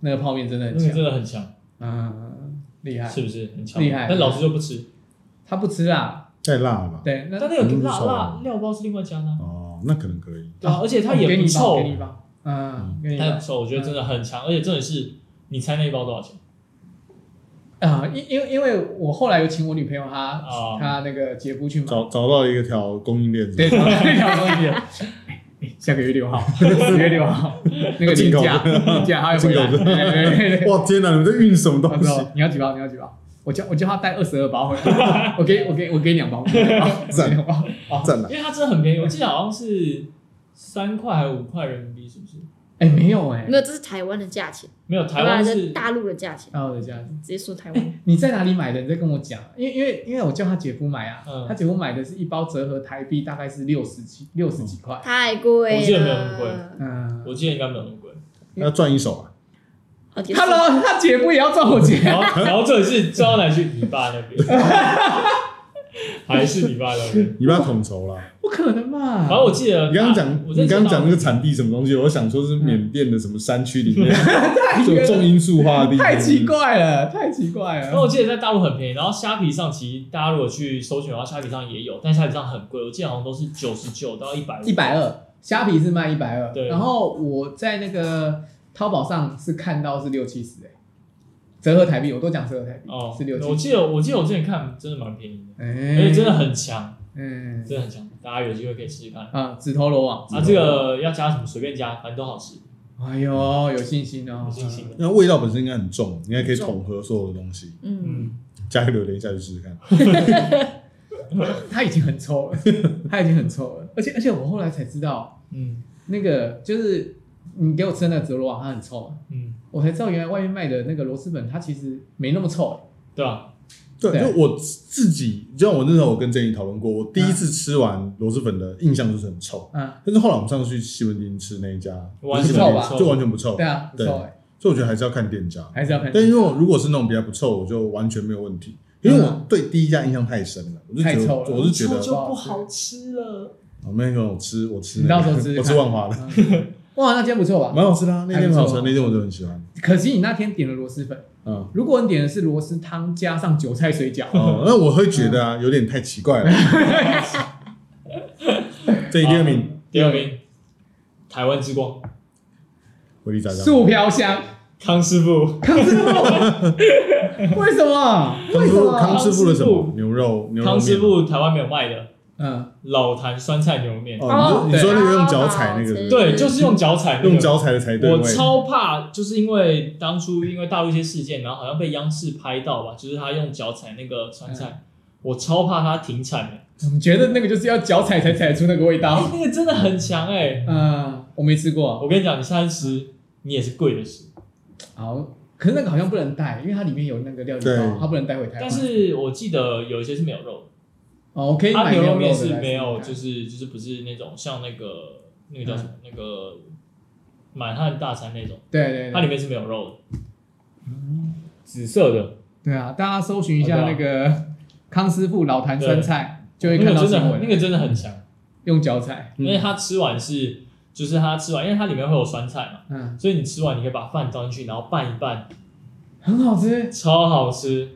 S2: 那个泡面真的
S5: 那
S2: 很
S5: 个
S2: 强，
S5: 真的很强，
S2: 嗯，厉害。
S5: 是不是很强？
S2: 厉害
S5: 但老师就不吃，
S2: 他不吃啊，
S3: 太辣了吧？
S2: 对，那
S5: 但那个
S3: 嗯
S5: 辣
S3: 不错
S5: 辣料包是另外加的啊，
S3: 哦，那可能可以。
S5: 对啊，而且它也
S2: 给你
S5: 不
S2: 吧
S5: 臭
S2: 给，你吧，嗯，给你
S5: 它也
S2: 吧
S5: 不。臭，我觉得真的很强，而且真的是，你猜那一包多少钱？
S2: 啊，因因为因为我后来有请我女朋友她，
S5: 啊
S2: 她那个姐夫去买，
S3: 找找到一个条供应链，
S2: 对，那条东西。哎下个月六号，十月六号那个
S3: 进
S2: 廉
S3: 口
S2: 价，廉价他会回来。
S3: 进口
S2: 对对对对
S3: 哇，天哪，你们在运什么
S2: 他
S3: 东西？
S2: 说你要几包？你要几包？我叫我叫他带二十二包回来，我给我给我给你两包，我给你两包
S3: 赞
S2: 两包。哦
S3: 赞啊了
S5: 因，为它真的很便宜，我记得好像是三块还是五块人民币，是不是？
S2: 哎，没有哎，
S1: 没有，这是台湾的价钱，
S5: 没有，台湾
S1: 不然
S5: 是
S1: 啊大陆的价钱，
S2: 啊，我的家，
S1: 直接说台 湾。
S2: 你在哪里买的？你再跟我讲，因为因为因为我叫他姐夫买啊，
S5: 嗯
S2: 他姐夫买的是一包折合台币大概是六十几六十几块，
S1: 太贵了，
S5: 我记得没有很贵
S2: 嗯
S5: 我记得应该没有那么贵。
S3: 要赚一手啊！
S1: 好结束
S2: ，Hello，他姐夫也要赚我钱，
S5: 然后，然后这里是最后来去你爸那边， 还是你爸那边？
S3: 你不要统筹啦。
S2: 不可能吧
S5: 反？正我记得，
S3: 你刚刚讲，
S5: 我
S3: 你刚刚讲那个
S5: 的
S3: 产地什么东西？我想说是缅甸的什么山区里面，
S2: 太
S3: 就有种因素化的地方，
S2: 太奇。怪了，太奇怪
S5: 然后
S2: 了。
S5: 我记得在大陆很便宜，然后虾皮上其实大家如果去搜寻的话，虾皮上也有，但虾皮上很贵，我记得好像都是九十九到一百
S2: 一百二，虾皮是卖一百二，
S5: 对
S2: 然后我在那个淘宝上是看到是六七十，哎，折合台币，我都讲折合台币
S5: 哦
S2: 是六，
S5: 我
S2: 七十，
S5: 记得我记得我之前看真的蛮便宜的，而
S2: 哎
S5: 且真的，很强，
S2: 嗯
S5: 真的很强，大家有机会可以试试看。
S2: 啊，指头罗网，
S5: 啊，这个要加什么随便加，反正都好吃，
S3: 哦
S2: 哎呦，有信心哦，
S5: 有信心。的。
S3: 那味道本身应该很重，应该可以统合所有的东西，
S1: 嗯，
S5: 嗯，
S3: 加个榴莲下去试试看。
S2: 他已经很臭了， 他已经很臭了，而且而且我后来才知道，
S5: 嗯
S2: 那个就是你给我吃的那个指头罗网，它很臭嘛，
S5: 嗯，
S2: 我才知道原来外面卖的那个螺蛳粉，它其实没那么臭，
S5: 对吧？
S3: 对，
S2: 对
S3: 就我自己，就像我那时候我跟郑怡讨论过，我第一次吃完螺蛳粉的印象就是很臭，
S2: 嗯，
S3: 但是后来我们上次去西门町吃那一家，
S5: 完
S2: 全
S3: 不是西门
S2: 不
S3: 町
S5: 臭
S3: 就完全不臭
S2: 对。啊，不
S3: 对
S2: 臭哎，
S3: 所以我觉得还是要看店家，
S2: 还是要看。
S3: 但如果如果是那种比较不臭，我就完全没有问题，因为我对第一家印象太深了，我就觉
S2: 太
S3: 得
S2: 臭了
S3: 我是觉得
S5: 臭就不好吃了。
S3: 我那天我吃我吃
S2: 你
S3: 那
S2: 到时
S3: 个，
S2: 候试试
S3: 我吃
S2: 看
S3: 万华的，
S2: 嗯哇，那间不错吧？
S3: 蛮好吃的啊，那
S2: 还
S3: 天
S2: 不
S3: 很
S2: 错
S3: 好吃，那天我就很喜欢。
S2: 可惜你那天点了螺蛳粉，
S3: 嗯，
S2: 如果你点的是螺蛳汤加上韭菜水饺，
S3: 哦，那我会觉得啊，有点太奇怪了。这第二名，
S5: 第二名，台湾之光，
S3: 回力炸酱，
S2: 素飘香，
S5: 康师傅。
S2: 康师傅，为什么？
S3: 康
S2: 为
S3: 师
S2: 什
S3: 傅
S2: 么？
S3: 康师傅的什
S5: 康师
S3: 么
S5: 傅
S3: 牛肉牛肉面
S5: 康师傅台湾没有卖的，
S2: 嗯，
S5: 老坛酸菜牛肉面。
S3: 哦，你说
S1: 哦
S3: 你说那个用
S1: 对
S3: 脚踩那
S1: 好
S3: 个
S1: 吃
S3: 是不是，
S5: 啊对，就是用脚踩、那个
S3: 用。脚踩的才对
S5: 我
S3: 味。
S5: 超怕，就是因为当初因为大陆一些事件，然后好像被央视拍到吧，就是他用脚踩那个酸菜，
S3: 嗯
S5: 我超怕他停产的。
S2: 总觉得那个就是要脚踩才踩出那个味
S5: 哎
S2: 道。
S5: 那个真的很强哎！
S2: 嗯，我没吃过。
S5: 我跟你讲，你三十，你也是贵的事。
S2: 好，可是那个好像不能带，因为它里面有那个料理包
S3: 对，
S2: 它不能带
S3: 嗯
S2: 回台湾。
S5: 但是我记得有一些是没有肉的。
S2: 哦，我可以
S5: 它
S2: 买
S5: 牛
S2: 肉
S5: 肉
S2: 的来
S5: 面
S2: 试试
S5: 是
S2: 看
S5: 没有，就是就是不是那种像那个那个叫什么、那个满汉大餐那种，
S2: 对对
S5: 它里
S2: 对，
S5: 面是没有肉的，紫色的，
S2: 对啊，大家搜寻一
S5: 哦
S2: 下
S5: 对啊
S2: 那个康师傅老坛酸菜，就会
S5: 那
S2: 看到
S5: 个真
S2: 新
S5: 的很
S2: 闻
S5: 那。个真的很强，
S2: 用脚踩，
S3: 嗯
S5: 因为它吃完是就是它吃完，因为它里面会有酸菜嘛，
S2: 嗯，
S5: 所以你吃完你可以把饭倒进去，然后拌一拌，
S2: 很好吃。
S5: 超好吃，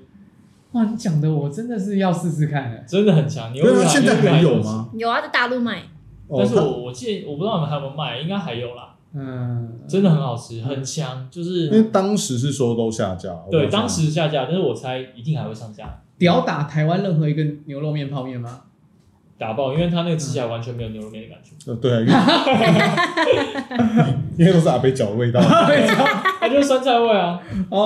S2: 哇，你讲的我真的是要试试看的。
S5: 真的很强。你会
S3: 对啊，
S5: 买
S3: 现在还有？吗？
S1: 有啊，在大陆卖，
S5: 你会买但
S3: 哦，
S5: 是
S3: 它
S5: 我我记得我不知道你们还有没有卖，应该还有啦，
S2: 嗯，
S5: 真的很好吃，很强，就
S3: 因为
S2: 啊
S5: 是
S3: 当时是说都下架，我不
S5: 对
S3: 知道
S5: 当时下架，但是我猜一定还会上架。
S2: 屌打台湾任何一个牛肉面泡面吗？
S5: 打爆，因为他那个
S2: 嗯
S5: 吃起来完全没有牛肉面的感觉，
S3: 呃，对啊， 因为因为都是阿北脚的味道。
S5: 它就是酸菜味啊，
S2: 哦，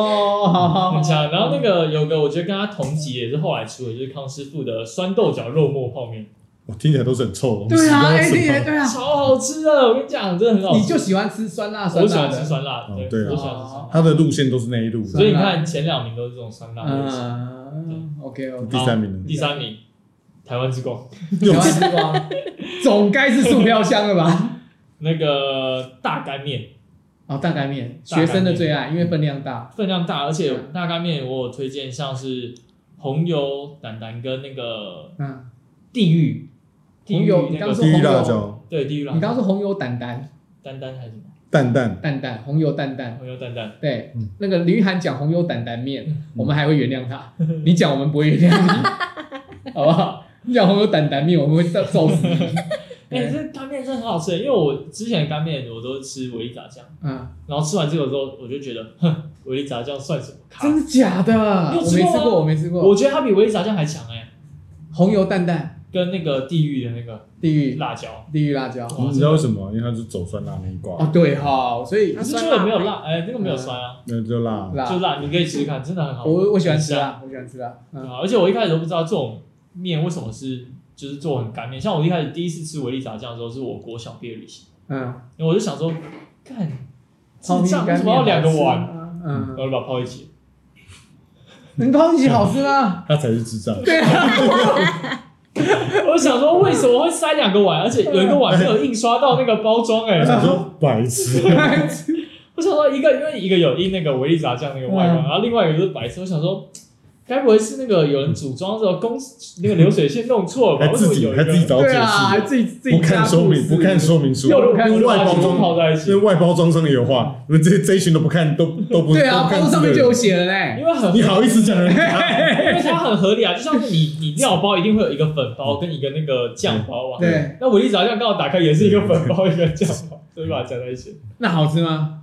S2: 嗯好好好
S5: 很，强。然后那个有个我觉得跟他同级也是后来出的，就是康师傅的酸豆角肉末泡
S2: 啊
S5: 面，
S3: 我听起来都是很臭的东西。
S2: 对啊，
S3: 不知道
S2: 哎，
S3: 是什么
S2: 对啊，对啊，
S5: 超好吃的，我跟你讲，真的很好吃。
S2: 你就喜欢吃酸辣酸
S5: 我喜
S2: 辣
S5: 欢吃
S2: 的，
S5: 酸辣的，
S3: 哦
S5: 对
S3: 对啊
S5: 我喜欢吃酸辣的，
S3: 它的路线都是那一路的，
S5: 所以你看前两名都是这种酸辣味。
S2: 嗯，OK OK，
S3: 第三名呢？
S5: 第三名，台湾之光，
S2: 台湾之光，总该是素飘香了 吧？
S5: 那个大干面
S2: 哦，大干面，
S5: 大干
S2: 学
S5: 面
S2: 生的最爱，因为分量大。
S5: 分量大，而且
S2: 嗯
S5: 大干面我有推荐，像是红油蛋蛋跟那个
S2: 嗯，
S5: 地狱，地
S2: 红
S5: 狱
S2: 油你
S5: 那
S2: 刚
S5: 个
S2: 说
S3: 第一辣椒
S5: 对啊地狱辣椒，
S2: 你刚刚说红油蛋蛋
S5: 丹丹还是什么
S3: 蛋蛋，
S2: 蛋蛋，红油蛋蛋，
S5: 红油蛋蛋，
S2: 对
S3: 嗯，
S2: 那个林雨涵讲红油蛋蛋面，
S5: 嗯
S2: 我们还会原谅 他，你讲我们不会原谅你，好不好？你讲红油蛋蛋面，我们会揍揍死 你。对
S5: 哎、这干面真的很好吃，欸因为我之前的干面我都吃维力炸酱，
S2: 嗯，
S5: 然后吃完这个之后，我就觉得，哼，维力炸酱算什么咖？
S2: 真的假的？
S5: 你有
S2: 我
S5: 吃
S2: 没
S5: 过吗
S2: 吃过，我没吃过。
S5: 我觉得它比维力炸酱还强哎、
S2: 红油蛋蛋，
S5: 跟那个地狱的那个
S2: 地狱
S5: 辣椒，
S2: 地狱辣椒。
S5: 哇
S3: 你知道为什么？因为它是走酸辣那一
S2: 哦
S3: 挂，，
S2: 对哈，所以
S5: 可是这个没有辣，哎、这个没有酸啊。
S3: 那就辣。
S2: 辣
S5: 就，辣，你可以试试看，真的很好。
S2: 我我喜欢吃
S5: 很香，
S2: 辣，我喜欢吃辣。
S5: 对
S2: 嗯，
S5: 啊而且我一开始都不知道这种面为什么是就是做很干面。像我一开始第一次吃维力炸酱的时候，是我国小毕业旅行，
S2: 嗯，
S5: 然后我就想说，干，
S2: 泡
S5: 智
S2: 面
S5: 障为
S2: 干
S5: 什么要
S2: 面
S5: 两个
S2: 好吃
S5: 碗？
S2: 啊
S5: 然
S2: 嗯，
S5: 后就把它泡一起。
S2: 你泡一起好吃吗？
S3: 他才是 智障，
S5: 我想说，为什么会塞两个碗？而且有一个碗没有印刷到那个包装，哎
S3: 他，想说白 痴，
S5: 我想说一个，因为一个有印那个维力炸酱那个外
S2: 嗯
S5: 观，然后另外一个就是白色。我想说，该不会是那个有人组装的时候工那个流水线弄错了吧？
S3: 还
S5: 为什
S3: 自
S5: 么
S3: 己
S5: 有一
S3: 还
S5: 个
S3: 自己找解
S2: 对啊，还
S3: 释，
S2: 自己自己
S3: 不看
S2: 加
S3: 说明，
S2: 故事
S3: 不看说明书，
S5: 又
S2: 看
S5: 又
S3: 外包
S5: 又
S3: 装
S5: 泡在一起
S3: 因为，外包装上面有画，你们这这一群都不看，都都不
S2: 对啊，
S3: 都不看
S2: 包上面
S3: 字
S2: 就
S3: 的
S2: 有写了嘞。
S5: 因为 很
S3: 你好意思讲人家？
S5: 因为它很合理啊，就像是你你料包一定会有一个粉包跟一个那个酱包啊。
S2: 对，
S5: 那维力炸酱刚好打开也是一个粉包一个酱包，所以把它加在一起。
S2: 那好吃吗？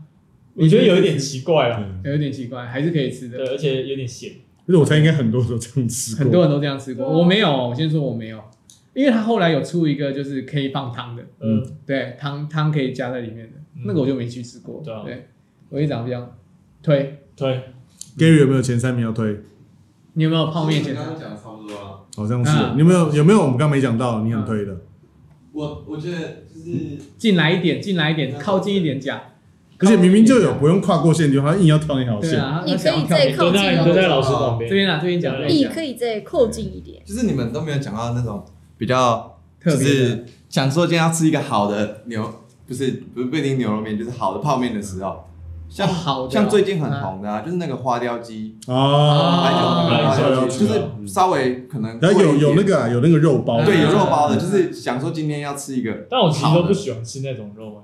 S5: 我觉得有一点奇怪啊，
S3: 嗯
S2: 有一点奇怪，还是可以吃
S5: 对，
S2: 的。
S5: 而且有点咸。
S3: 可是我猜应该很多都这样吃过，
S2: 很多人都这样吃过，
S5: 对啊
S2: 我没有，我先说我没有，因为他后来有出一个就是可以放汤的，
S5: 嗯，
S2: 对，汤汤可以加在里面的，
S5: 嗯
S2: 那个我就没去吃过。
S5: 对啊
S2: 对，我一长这样推，
S5: 对，
S3: Gary 有没有前三名要推？
S2: 你有没有泡面前
S4: 刚
S2: 三
S4: 刚？讲的差不多了。
S3: 好像是
S2: 啊，
S3: 你有没有有没有我们刚没讲到，你想推的？
S4: 我我觉得就是
S2: 进来一点，进来一
S1: 嗯
S2: 点，靠近一点讲。
S3: 而且明明就
S2: 靠近一
S3: 有
S2: 点
S3: 不用跨过线，就好像硬要跳那条
S2: 讲对
S3: 线。
S2: 啊，
S1: 你
S2: 他想
S1: 可以
S2: 要跳
S1: 再
S2: 边
S1: 靠
S5: 都
S1: 近
S5: 在
S1: 哦
S5: 都在老师旁
S2: 这
S5: 边。
S2: 边啊，这边讲，
S5: 对
S2: 这边
S1: 你
S2: 讲
S1: 可以再靠近一点，
S4: 就是你们都没有讲到那种比较
S2: 特
S4: 就
S2: 别的
S4: 是想说今天要吃一个好的牛，不是不是不一定牛肉面，就是好的泡面的时候，像、
S2: 哦好的哦
S4: 像最近很红的啊，就是那个花雕鸡，
S3: 哦，
S4: 白酒那个花雕鸡，
S5: 白酒
S4: 就是稍微可能
S3: 然后有有那
S4: 个
S3: 个啊有那个肉包，
S4: 对有肉包的，就是想说今天要吃一个，
S5: 但我其实都不喜欢吃那种肉啊，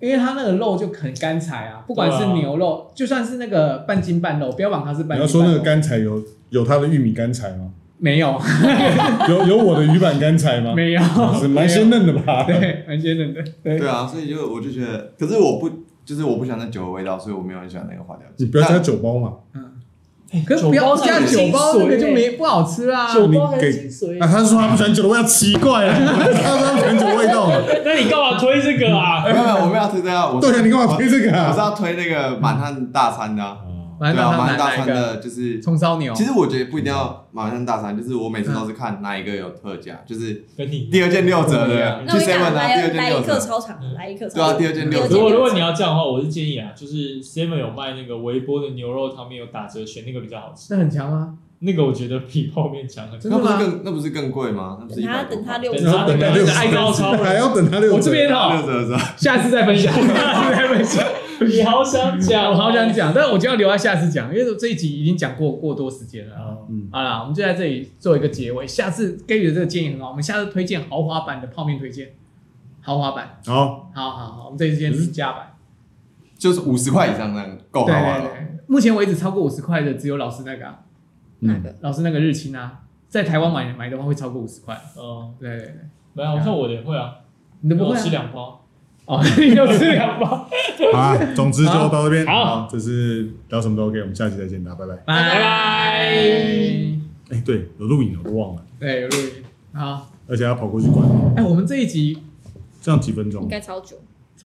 S2: 因为它那个肉就很干柴啊，不管是
S5: 对啊
S2: 牛
S1: 嗯
S2: 肉，就算是那个半斤半肉，不要往它是半斤半
S3: 你
S2: 肉。
S3: 要说那个干柴有有它的玉米干柴吗？
S2: 没有，
S3: 有有我的鱼板干柴 吗？
S2: 没有，
S3: 是蛮鲜嫩的吧？
S2: 对，蛮鲜嫩的，对
S4: 对啊，所以就我就觉得，可是我不就是我不喜欢那酒的味道，所以我没有很喜欢那个花雕鸡。
S3: 你不要加
S4: 但
S3: 酒包嘛，
S2: 可是不要加酒包，那个就没不好吃啦。
S5: 酒
S3: 包
S5: 包
S3: 还
S5: 还
S3: 是
S5: 是
S3: 精
S5: 精髓
S3: 啊，。他说他不喜欢酒的味道，奇怪啊，他说他不喜欢酒的味道嘛。
S5: 那你干嘛推这个啊？
S4: 没有没有，我们要推这个，我
S3: 对啊，你干嘛
S4: 我
S3: 推这个
S4: 我
S3: 啊？
S4: 是要推那个满汉大餐的、啊，
S2: 蛮
S4: 对啊，
S2: 大
S4: 满汉
S2: 蛮
S4: 大
S2: 哪一
S4: 餐
S2: 个？
S4: 的就是
S2: 葱烧牛
S4: 其，实我觉得不一定要马上大餐，就是我每次都是看哪一个有特价，就是
S5: 跟你
S4: 第二件六折
S2: 嗯
S4: 的，
S1: 那
S4: 去
S1: 我跟你讲，
S4: seven 啊，第
S1: 来
S4: 二件
S1: 来
S4: 六
S1: 一克
S4: 折，
S1: 超长，来一克
S4: 对啊，
S1: 超长，
S4: 第二件
S1: 第二
S5: 如
S4: 六折
S1: 件，
S5: 果如果你要这样的话，我是建议啊，就是 Seven 有卖那个微波的牛肉汤面有打折，选那个比较好吃。
S2: 那很强啊吗？
S5: 那个我觉得比泡面强很多。
S2: 真
S4: 那
S2: 的
S4: 不是
S2: 吗？
S4: 更那不是更贵吗？那不是
S1: 等
S4: 一
S1: 他
S4: 百多
S1: 等
S4: 吗
S1: 他六
S5: 等
S1: 折
S3: 然
S5: 他，
S3: 后等他六
S5: 那个爱高超
S3: 还要等他六折，
S5: 我这边
S4: 六
S5: 哈，
S4: 折的时候，
S2: 下次再分享， 下次再分享。
S5: 你好想讲，
S2: 我好想。讲，但我就要留在下次讲，因为这一集已经讲过过多时间了。
S5: 哦
S3: 嗯，
S2: 好啦，我们就在这里做一个结尾。下次给予的这个建议很好，我们下次推荐豪华版的泡面推荐，豪华版，
S3: 好，
S2: 好好好，我们这次先是加版。
S4: 就是五十块以上那个够哦好
S2: 对
S4: 玩
S2: 对
S4: 了。
S2: 对，目前为止超过五十块的只有老师那个、啊，
S3: 嗯
S1: 哪个？
S2: 老师那个日清啊，在台湾买买的话会超过五十块。
S5: 嗯，
S2: 对对对，
S5: 没有，像我的也会啊，
S2: 你都不
S5: 我
S2: 会、
S5: 吃
S2: 啊、
S5: 两包。
S2: 哦， 你有吃两包，
S3: 好啊，总之就到这边，
S5: 好
S3: 好，这是聊什么都 OK，我们下期再见，大家拜拜。
S2: 拜
S1: 拜
S2: 拜
S1: 拜。
S3: 哎，对，有录影我都忘了，
S2: 对，有录音。好，
S3: 而且还要跑过去管，
S2: 哎，我们这一集
S3: 这样几分钟
S1: 应，该超久。